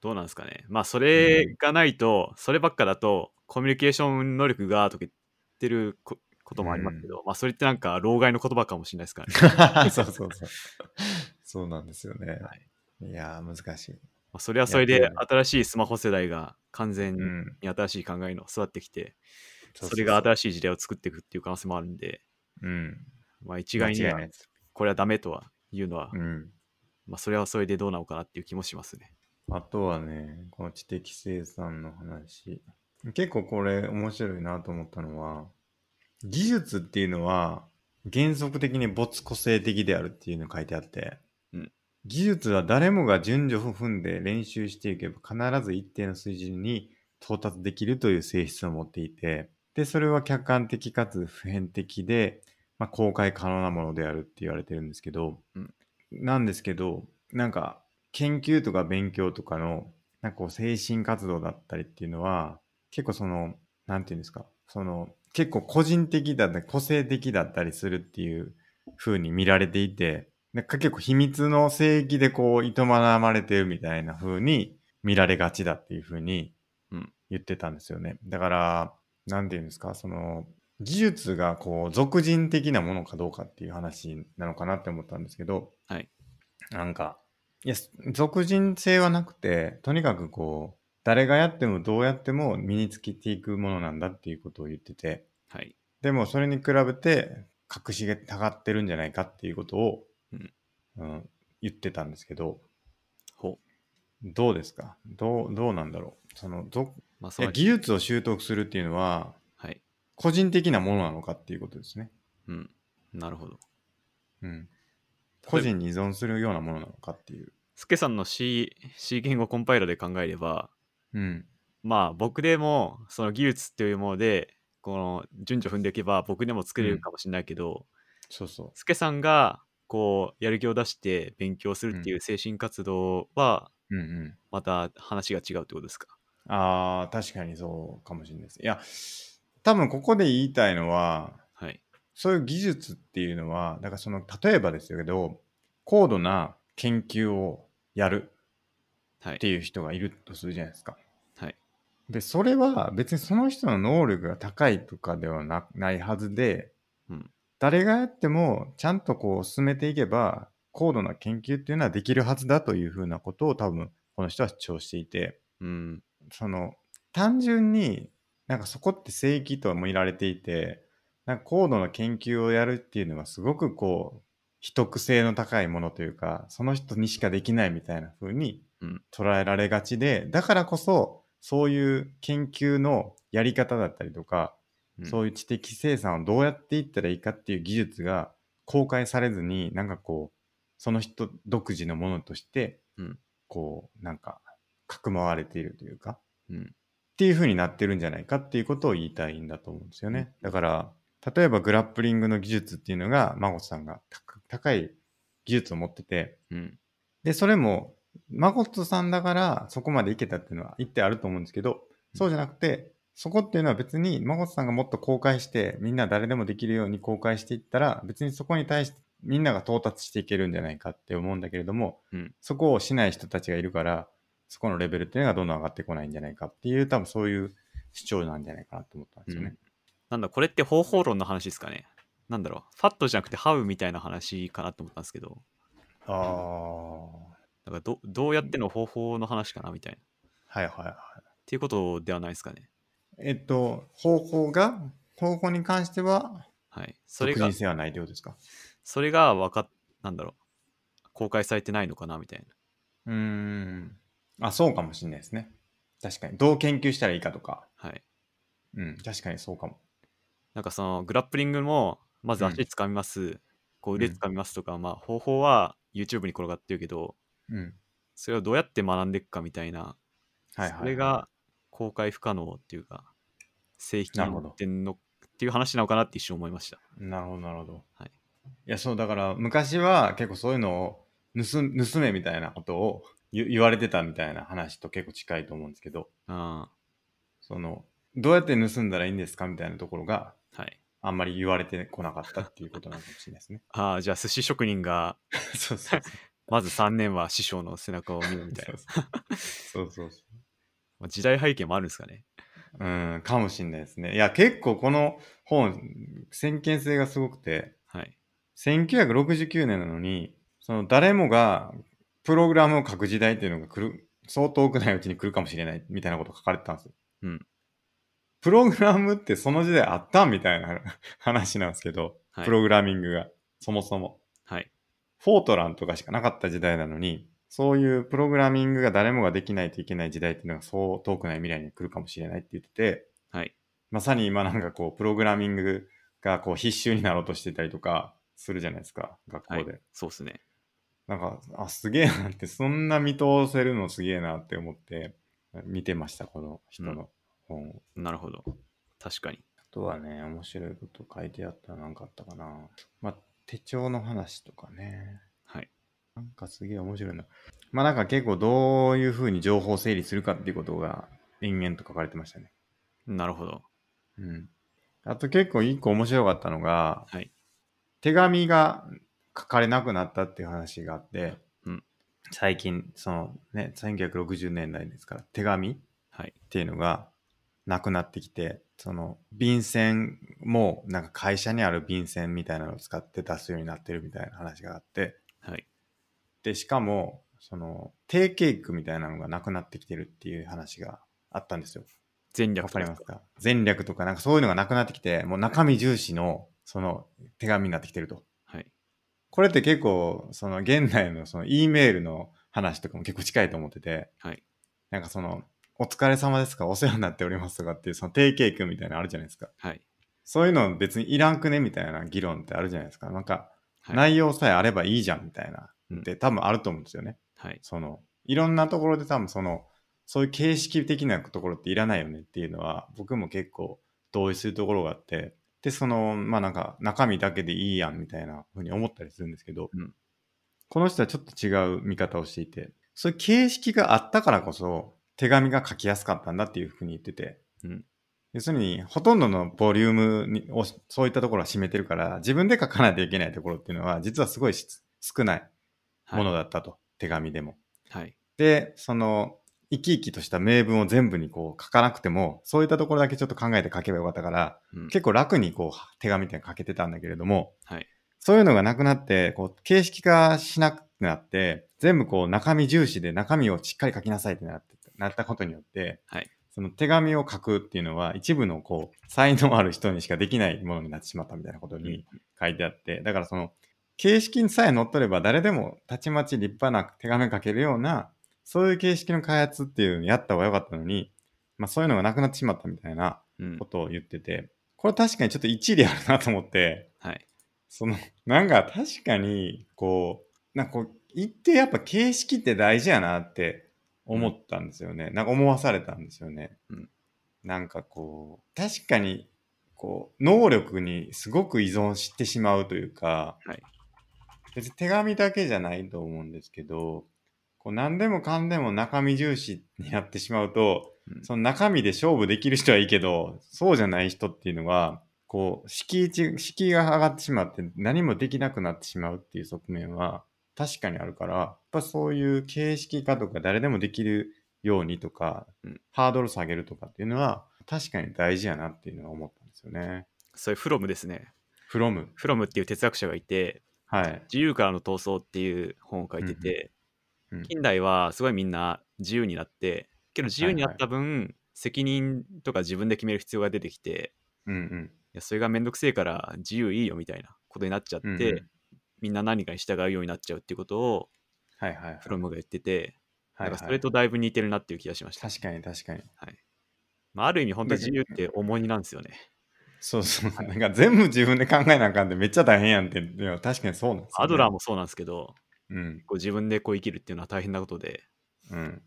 B: どうなんですかね。まあ、それがないと、そればっかだと、コミュニケーション能力がとか言ってるここともありますけど、まあ、それってなんか、老害の言葉かもしれないですからね。
A: そうそうそう。そうなんですよね。い、やー、難しい。
B: まあ、それはそれ
A: いや
B: で
A: そう、
B: 新しいスマホ世代が完全に
A: うん。
B: 新しい考えの育ってきて、
A: ううう
B: それが、新しい時代を作っていくっていう可能性もあるんで、
A: うん。
B: まあ、一概に
A: 間違
B: は
A: いないです
B: これはダメとはいうのは、
A: うん。
B: まあ、それはそれでどうなのかなっていう気もしますね。
A: あとはね、この知的生産の話。結構これ面白いなと思ったのは、技術っていうのは原則的に没個性的であるっていうのが書いてあって、
B: うん
A: 技術は誰もが順序を踏んで練習していけば必ず一定の水準に到達できるという性質を持っていて、で、それは客観的かつ普遍的で、まあ、公開可能なものであるって言われてるんですけど、
B: うん
A: なんですけど、なんか研究とか勉強とかのなんかこう精神活動だったりっていうのは結構そのなんていうんですかその結構個人的だったり個性的だったりするっていう風に見られていてなんか結構秘密の聖域でこう営まれてるみたいな風に見られがちだっていう風に
B: うん
A: 言ってたんですよね、だからなんていうんですかその技術がこう俗人的なものかどうかっていう話なのかなって思ったんですけど、
B: はい
A: なんかいや、俗人性はなくて、とにかくこう、誰がやってもどうやっても身につけていくものなんだっていうことを言ってて、
B: はい。
A: でもそれに比べて隠しががってるんじゃないかっていうことを、
B: うん
A: うん言ってたんですけど、
B: ほう。
A: どうですかどう、どうなんだろうその、ぞ
B: まあ、そ
A: い
B: れ
A: や
B: は
A: 技術を習得するっていうのは、
B: はい。
A: 個人的なものなのかっていうことですね。
B: うん。なるほど。
A: うん。個人に依存するようなものなのかっていう。
B: スケさんの C, C 言語コンパイラーで考えれば、
A: うん。
B: まあ僕でもその技術っていうものでこの順序踏んでいけば僕でも作れるかもしれないけど、
A: そうそ
B: スケさんがこうやる気を出して勉強するっていう精神活動は
A: う。うんうん。
B: また話が違うってことですか、
A: ああ、確かにそうかもしれないです。いや、多分ここで言いたいのは、
B: はい
A: そういう技術っていうのは、だからその、例えばですけど、高度な研究をやる
B: はい
A: っていう人がいるとするじゃないですか。
B: はい
A: で、それは別にその人の能力が高いとかではなないはずで、
B: うん
A: 誰がやってもちゃんとこう進めていけば、高度な研究っていうのはできるはずだというふうなことを多分この人は主張していて、
B: うん
A: その単純になんかそこって正規ともいられていてなんか高度な研究をやるっていうのはすごくこう秘匿性の高いものというかその人にしかできないみたいな風に
B: うん
A: 捉えられがちで、だからこそそういう研究のやり方だったりとか、
B: うん
A: そういう知的生産をどうやっていったらいいかっていう技術が公開されずになんかこうその人独自のものとして、
B: うん
A: こうなんかかくまわれているというか、
B: うん
A: っていう風になってるんじゃないかっていうことを言いたいんだと思うんですよね。だから、例えばグラップリングの技術っていうのが、マゴさんが高高い技術を持ってて、
B: うん
A: で、それも、マゴットさんだからそこまでいけたっていうのは一定あると思うんですけど、そうじゃなくて、そこっていうのは別にマゴットさんがもっと公開して、みんな誰でもできるように公開していったら、別にそこに対してみんなが到達していけるんじゃないかって思うんだけれども、
B: うん
A: そこをしない人たちがいるから、そこのレベルっていうのがどんどん上がってこないんじゃないかっていう、多分そういう主張なんじゃないかなと思ったんですよね。
B: なんだこれって方法論の話ですかねなんだろうファットじゃなくてハウみたいな話かなと思ったんですけど
A: ああ、
B: なんかどどうやっての方法の話かなみたいなっ
A: はいはいはい。
B: ていうことではないですかね
A: えっと、方法が、方法に関しては、
B: はいそ
A: 独
B: れが
A: 自性はないということですか。
B: それがわかっなんだろう公開されてないのかなみたいな
A: うーん。あ、そうかもしれないですね。確かに。どう研究したらいいかとか。
B: はい
A: うん、確かにそうかも。
B: なんかそのグラップリングもまず
A: うん
B: 足つかみます、こう
A: う
B: 腕
A: ん
B: つかみますとか、まあ方法は YouTube に転がってるけど
A: うん。
B: それをどうやって学んでいくかみたいな、
A: はいはい、
B: それ、が公開不可能っていうか正規
A: なるほど
B: ってんのっていう話なのかなって一瞬思いました
A: なるほど、なるほど。
B: はい、
A: いや、そう、だから、昔は結構そういうのを盗、盗めみたいなことを言言われてたみたいな話と結構近いと思うんですけど、
B: あ
A: その、どうやって盗んだらいいんですかみたいなところが、
B: ーはい
A: あんまり言われてこなかったっていうことなのかもしれないです ね。
B: あーじゃあ寿司職人が
A: そうそうそう。
B: まず3年は師匠の背中を見る みたいな
A: そうそうそう。
B: まあ時代背景もあるんですかね
A: うん、かもしんないですね。いや、結構この本、先見性がすごくて、
B: はい
A: 1969年なのに、その誰もがプログラムを書く時代っていうのが来る、そう遠くないうちに来るかもしれないみたいなこと書かれてたんですよ。
B: うん。
A: プログラムってその時代あったみたいな 話なんですけど、
B: はい
A: プログラミングが、そもそも。
B: はい
A: フォートランとかしかなかった時代なのに、そういうプログラミングが誰もができないといけない時代っていうのがそう遠くない未来に来るかもしれないって言ってて、
B: はい。
A: まさに今なんかこう、プログラミングがこう必修になろうとしてたりとかするじゃないですか、学校
B: は
A: で。
B: い。そうですね。
A: なんか、あ、すげえなって、そんな見通せるのすげえなって思って見てました、この人
B: うん
A: の本を。
B: なるほど。確かに。
A: あとはね、面白いこと書いてあったらなんかあったかな。まあ、手帳の話とかね。
B: はい。
A: なんかすげえ面白いな。まあなんか結構どういう風に情報整理するかっていうことが延々と書かれてましたね。
B: なるほど。
A: うん。あと結構一個面白かったのが、
B: はい。
A: 手紙が書かれなくなったっていう話があって、
B: うん
A: 最近、そのね、1960年代ですから、手紙っ
B: はい。
A: ていうのがなくなってきて、その便箋もなんか会社にある便箋みたいなのを使って出すようになってるみたいな話があって、
B: はい。
A: で、しかも、その定型句みたいなのがなくなってきてるっていう話があったんですよ。
B: 全略
A: わ
B: と
A: か
B: か
A: りますか前略とかなんかそういうのがなくなってきて、もう中身重視のその手紙になってきてると。
B: はい。
A: これって結構、その現代のその E メールの話とかも結構近いと思ってて、
B: はい。
A: なんかその、お疲れ様ですかお世話になっておりますとかっていう、その定型句みたいなのあるじゃないですか。
B: はい。
A: そういうの別にいらんくねみたいな議論ってあるじゃないですか。なんか、
B: はい。
A: 内容さえあればいいじゃんみたいな、
B: うん
A: で多分あると思うんですよね。
B: はい。
A: その、いろんなところで多分その、そういう形式的なところっていらないよねっていうのは、僕も結構同意するところがあって、で、その、まあなんか中身だけでいいやんみたいなふうに思ったりするんですけど、
B: うん
A: この人はちょっと違う見方をしていて、そういう形式があったからこそ、手紙が書きやすかったんだっていうふうに言ってて、
B: うん
A: 要するに、ほとんどのボリュームにをそういったところは占めてるから、自分で書かないといけないところっていうのは、実はすごいし少ないものだったと、手紙でも。
B: はい。
A: で、その、生き生きとした名文を全部にこう書かなくても、そういったところだけちょっと考えて書けばよかったから、
B: うん
A: 結構楽にこう手紙って書けてたんだけれども、
B: はい。
A: そういうのがなくなって、こう形式化しなくなって、全部こう中身重視で中身をしっかり書きなさいってなってなったことによって、
B: はい
A: その手紙を書くっていうのは一部のこう才能ある人にしかできないものになってしまったみたいなことに書いてあって、だからその形式にさえ乗っ取れば誰でもたちまち立派な手紙書けるような、そういう形式の開発っていうのをやった方が良かったのに、まあそういうのがなくなってしまったみたいな
B: うん
A: こ。とを言ってて、これ確かにちょっと一理あるなと思って、
B: はい。
A: その、なんか確かに、こう、なんかこう、一定やっぱ形式って大事やなって思ったんですよね。なんか思わされたんですよね。
B: うん
A: なんかこう、確かに、こう、能力にすごく依存してしまうというか、
B: はい
A: 別に手紙だけじゃないと思うんですけど、こう何でもかんでも中身重視になってしまうと、
B: うん
A: その中身で勝負できる人はいいけど、そうじゃない人っていうのは、こう、敷居値、敷居が上がってしまって何もできなくなってしまうっていう側面は確かにあるから、やっぱそういう形式化とか誰でもできるようにとか、
B: うん
A: ハードル下げるとかっていうのは確かに大事やなっていうのは思ったんですよね。
B: それ、フロムですね。
A: from
B: フロムっていう哲学者がいて、
A: はい。
B: 自由からの闘争っていう本を書いてて、
A: うんうんうん
B: 近代はすごいみんな自由になって、けど自由になった分、責任とか自分で決める必要が出てきて、
A: うんうん。
B: いやそれがめんどくせえから自由いいよみたいなことになっちゃって、
A: うんうん
B: みんな何かに従うようになっちゃうっていうことを
A: はいはいはい。
B: フロムが言ってて、
A: はい
B: なん
A: はい
B: かそれとだいぶ似てるなっていう気がしました。
A: 確かに確かに。
B: まあ、ある意味本当に自由って重荷なんですよね。
A: そうそう。なんか全部自分で考えなあかんってめっちゃ大変やんって。いや確かにそうなんですよね
B: アドラー。もそうなんですけど、
A: うん。
B: こう自分でこう生きるっていうのは大変なことで、
A: うん。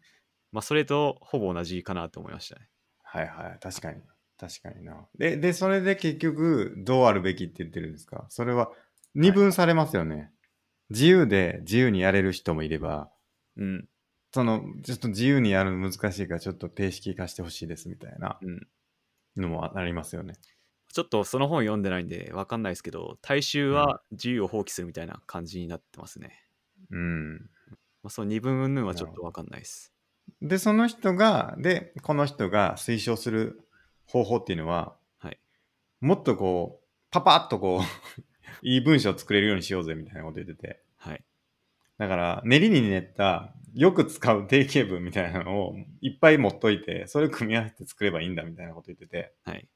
B: まあ、それとほぼ同じかなと思いましたね。
A: はいはい、確かに。確かにな。で、で、それで結局、どうあるべきって言ってるんですかそれは、二分されますよね。自由で、自由にやれる人もいれば、
B: うん、
A: その、ちょっと自由にやるの難しいから、ちょっと定式化してほしいですみたいな
B: うん。
A: のもありますよね。
B: ちょっとその本読んでないんで分かんないですけど、大衆は自由を放棄するみたいな感じになってますね。
A: うん。
B: まあ、その二分云々はちょっと分かんないです。
A: で、その人が、で、この人が推奨する方法っていうのは、
B: はい
A: もっとこう、パパッとこう、 いい文章を作れるようにしようぜみたいなこと言ってて。
B: はい。
A: だから、練りに練った、よく使う定型文みたいなのをいっぱい持っといて、それを組み合わせて作ればいいんだみたいなこと言ってて、
B: はい。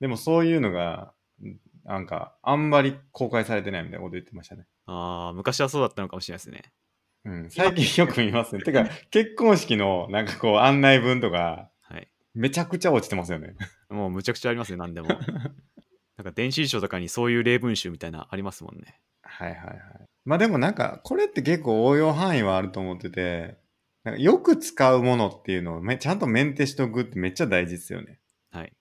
A: でもそういうのが、んなんか、あんまり公開されてないみたいなこと言ってましたね。
B: ああ、昔はそうだったのかもしれないですね。
A: うん、最近よく見 ますね。てか、結婚式のなんかこう案内文とか、
B: はい。
A: めちゃくちゃ落ちてますよね。
B: もうむちゃくちゃありますね、 何でも。なんか電子書とかにそういう例文集みたいなありますもんね。
A: はいはいはい。まあでもなんか、これって結構応用範囲はあると思ってて、なんかよく使うものっていうのをめちゃんとメンテしとくってめっちゃ大事ですよね。
B: はい。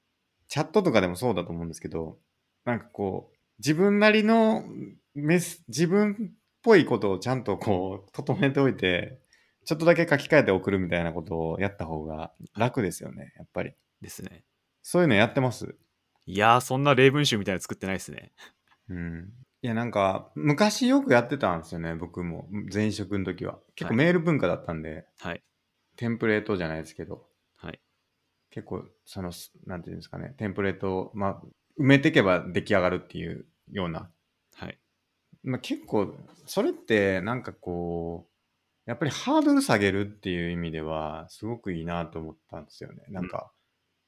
A: チャットとかでもそうだと思うんですけど、なんかこう、自分なりのメス、自分っぽいことをちゃんとこう、整えておいて、ちょっとだけ書き換えて送るみたいなことをやった方が楽ですよね、やっぱり。
B: ですね。
A: そういうのやってます
B: いやー、そんな例文集みたいなの作ってないですね。
A: うん。いや、なんか、昔よくやってたんですよね、僕も。前職の時は。結
B: は
A: 構
B: い
A: メール文化だったんで、
B: はい。
A: テンプレートじゃないですけど、
B: はい。
A: 結構、その、なんていうんですかね、テンプレートを、まあ、埋めていけば出来上がるっていうような
B: はい。
A: まあ、結構それってなんかこうやっぱりハードル下げるっていう意味ではすごくいいなと思ったんですよね。なんか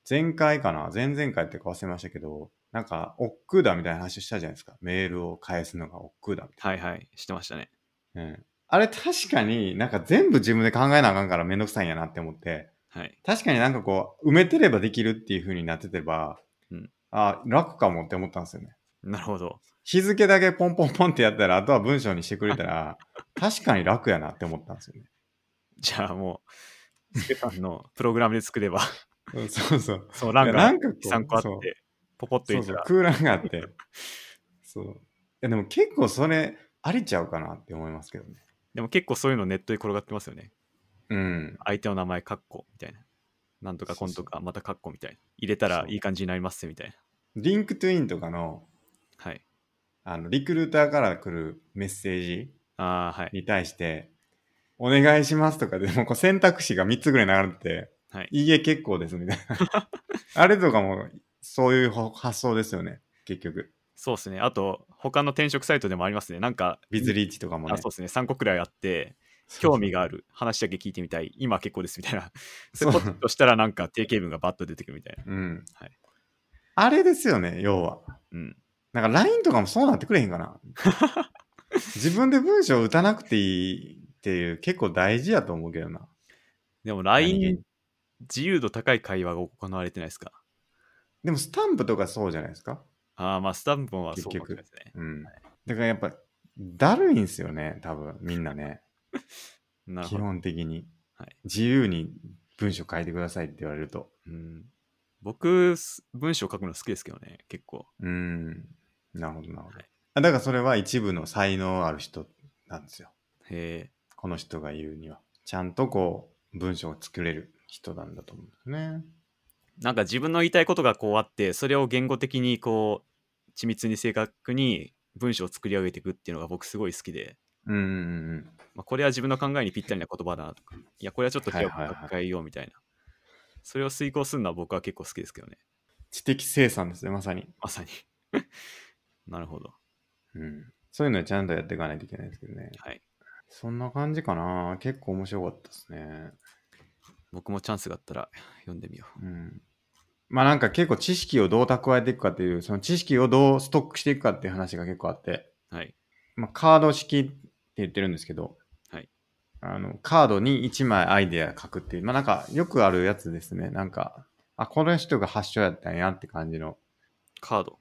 A: 前回かな前々回ってか忘れましたけどなんか億劫だみたいな話したじゃないですかメールを返すのが億劫だみた
B: はいはい。してましたね。
A: いな、うん、あれ確かになんか全部自分で考えなあかんからめんどくさいんやなって思って
B: はい。
A: 確かになんかこう埋めてればできるっていう風になっててば、
B: うん
A: あ楽かもって思ったんですよね。
B: なるほど。
A: 日付だけポンポンポンってやったら、あとは文章にしてくれたら、確かに楽やなって思ったんですよね。
B: じゃあもう、スケさんのプログラムで 作れば、
A: うんそうそう。
B: その欄
A: いやな
B: が
A: んかこう
B: 3個あっ
A: そう
B: て、ポポッと
A: そ
B: いうっ
A: そ
B: た
A: う
B: ら、
A: 空欄があって。そう。いやでも結構それ、ありちゃうかなって思いますけどね。
B: でも結構そういうのネットに転がってますよね。
A: うん。
B: 相手の名前、カッコみたいな。なんとかこんと
A: そ
B: か、またカッコみたいな。入れたら
A: そう
B: いい感じになりますみたいな。
A: リンクトゥインとかの、
B: はい。
A: あの、リクルーターから来るメッセージ
B: ああ、はい。
A: に対して、お願いしますとかで、もうこう選択肢が3つぐらい流れてて、
B: はい
A: いいえ結構ですみたいな。 あれとかも、そういう発想ですよね。結局。
B: そうですね。あと、他の転職サイトでもありますね。なんか、
A: ビズリーチとかもね。
B: あそうですね。3個くらいあって、
A: そう
B: 興味がある、話だけ聞いてみたい、今結構ですみたい な。
A: そ
B: そうポチッとしたらなんか定型文がバッと出てくるみたいな。
A: うん
B: はい
A: あれですよね、要は。
B: うん。
A: なんか LINE とかもそうなってくれへんか な。自分で文章を打たなくていいっていう結構大事やと思うけどな。
B: でも
A: 何気
B: LINE
A: に、
B: 自由度高い会話が行われてないですか。
A: でもスタンプとかそうじゃないですか。
B: ああ、まあ、スタンプはそうかもし
A: 結局
B: れないですね。
A: うん。だからやっぱ、だるいんすよね、多分みんなね。
B: なる
A: 基
B: ほど。
A: 本的に
B: はい。
A: 自由に文章書いてくださいって言われると。
B: うん、僕、す文章書くの好きですけどね、結構。
A: うん。なるほど、なるほど
B: はい。
A: あだからそれは一部の才能ある人なんですよ。
B: へえ。
A: この人が言うには。ちゃんとこう、文章を作れる人なんだと思うんですね。
B: なんか自分の言いたいことがこうあって、それを言語的にこう、緻密に正確に文章を作り上げていくっていうのが僕すごい好きで。
A: うんうんうん。
B: まあ、これは自分の考えにぴったりな言葉だなとか、いや、これはちょっと手を
A: はいはいはい
B: 変えようみたいな。それを遂行するのは僕は結構好きですけどね、
A: 知的生産ですね、まさに。
B: まさに。 なるほど。
A: うん。そういうのをちゃんとやっていかないといけないですけどね。
B: はい。
A: そんな感じかな。結構面白かったですね。
B: 僕もチャンスがあったら読んでみよ
A: うん。まあなんか結構知識をどう蓄えていくかっていう、その知識をどうストックしていくかっていう話が結構あって、
B: う。はい。
A: まあカード式って言ってるんですけど、
B: はい。
A: あの、カードに1枚アイデア書くっていう、まあなんかよくあるやつですね。なんか、あ、この人が発祥やったんやって感じの
B: カード。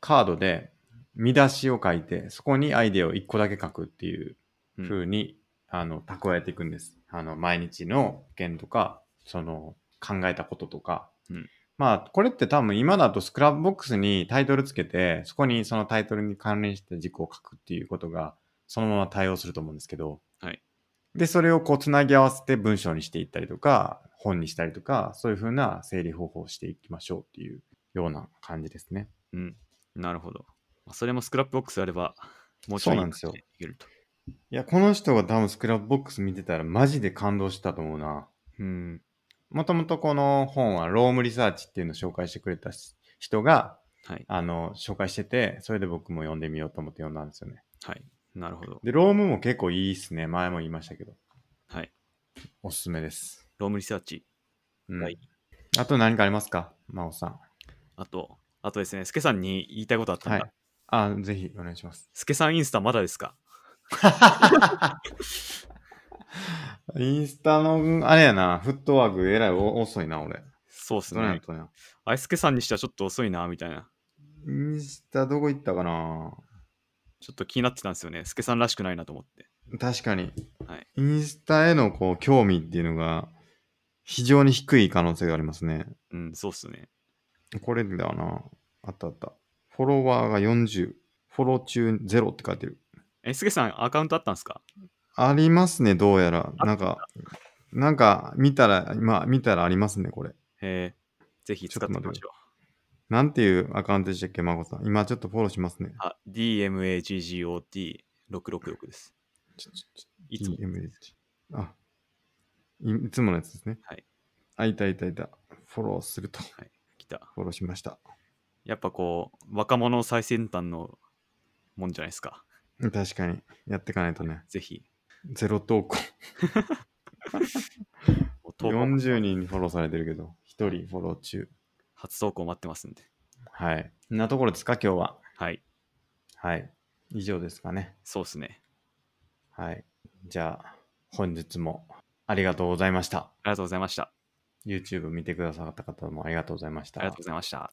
A: カードで見出しを書いて、そこにアイデアを1個だけ書くっていう
B: うん
A: 風に、あの、蓄えていくんです。あの、毎日の保険とか、その、考えたこととか。
B: うん
A: まあ、これって多分今だとスクラップボックスにタイトルつけて、そこにそのタイトルに関連した軸を書くっていうことが、そのまま対応すると思うんですけど。
B: はい
A: で、それをこう、つなぎ合わせて文章にしていったりとか、本にしたりとか、そういう風な整理方法をしていきましょうっていうような感じですね。
B: うん。なるほど。まあそれもスクラップボックスあれば、もうち
A: そ
B: ょい
A: うなんですよ
B: いけると。
A: いや、この人が多分スクラップボックス見てたらマジで感動したと思うな。
B: うん。
A: もともとこの本はロームリサーチっていうのを紹介してくれたし人が、
B: はい。
A: あの、紹介してて、それで僕も読んでみようと思って読んだんですよね。
B: はい。なるほど。
A: で、ロームも結構いいっすね。前も言いましたけど。
B: はい。
A: おすすめです。
B: ロームリサーチ。
A: うん
B: はい
A: あと何かありますか真央さん。
B: あと、あとですね、スケさんに言いたいことあったん
A: は
B: だ。
A: い。あ、ぜひお願いします。
B: スケさんインスタまだですか
A: インスタの、あれやな、フットワークえらいお遅いな、俺。
B: そうっす
A: どうなんや
B: ね
A: っ。たんや。
B: あいスケさんにしてはちょっと遅いな、みたいな。
A: インスタどこ行ったかな
B: ちょっと気になってたんですよね。スケさんらしくないなと思って。
A: 確かに、
B: はい
A: インスタへのこう興味っていうのが非常に低い可能性がありますね。
B: うん、そうっすね。
A: これだな。あったあった。フォロワーが40。フォロー中0って書いてる。
B: え、スケさんアカウントあったんですか
A: ありますね、どうやら。なんか、なんか見たら、まあ見たらありますね、これ。
B: へえ。ぜひ使ってみまし
A: ち
B: ょう。
A: なんていうアカウントでしたっけ、まこさん。今ちょっとフォローしますね。
B: あ、DMAGGOT666 です。
A: ちょちょちょ
B: いつも。
A: DMH あい、いつものやつですね。
B: はい。
A: あ、いたいたいた。フォローすると。
B: 来た。
A: フォローしました。
B: やっぱこう、若者最先端のもんじゃないですか。
A: 確かに。やっていかないとね。
B: ぜひ、
A: ゼロ投稿。
B: 投稿
A: 40人フォローされてるけど、1人フォロー中。
B: 初投稿待ってますんで。
A: はい。そんなところですか、今日は。
B: はい、
A: はい。以上ですかね。
B: そうっすね。
A: はい。じゃあ、本日もありがとうございました。
B: ありがとうございました。
A: YouTube 見てくださった方もありがとうございました。
B: ありがとうございました。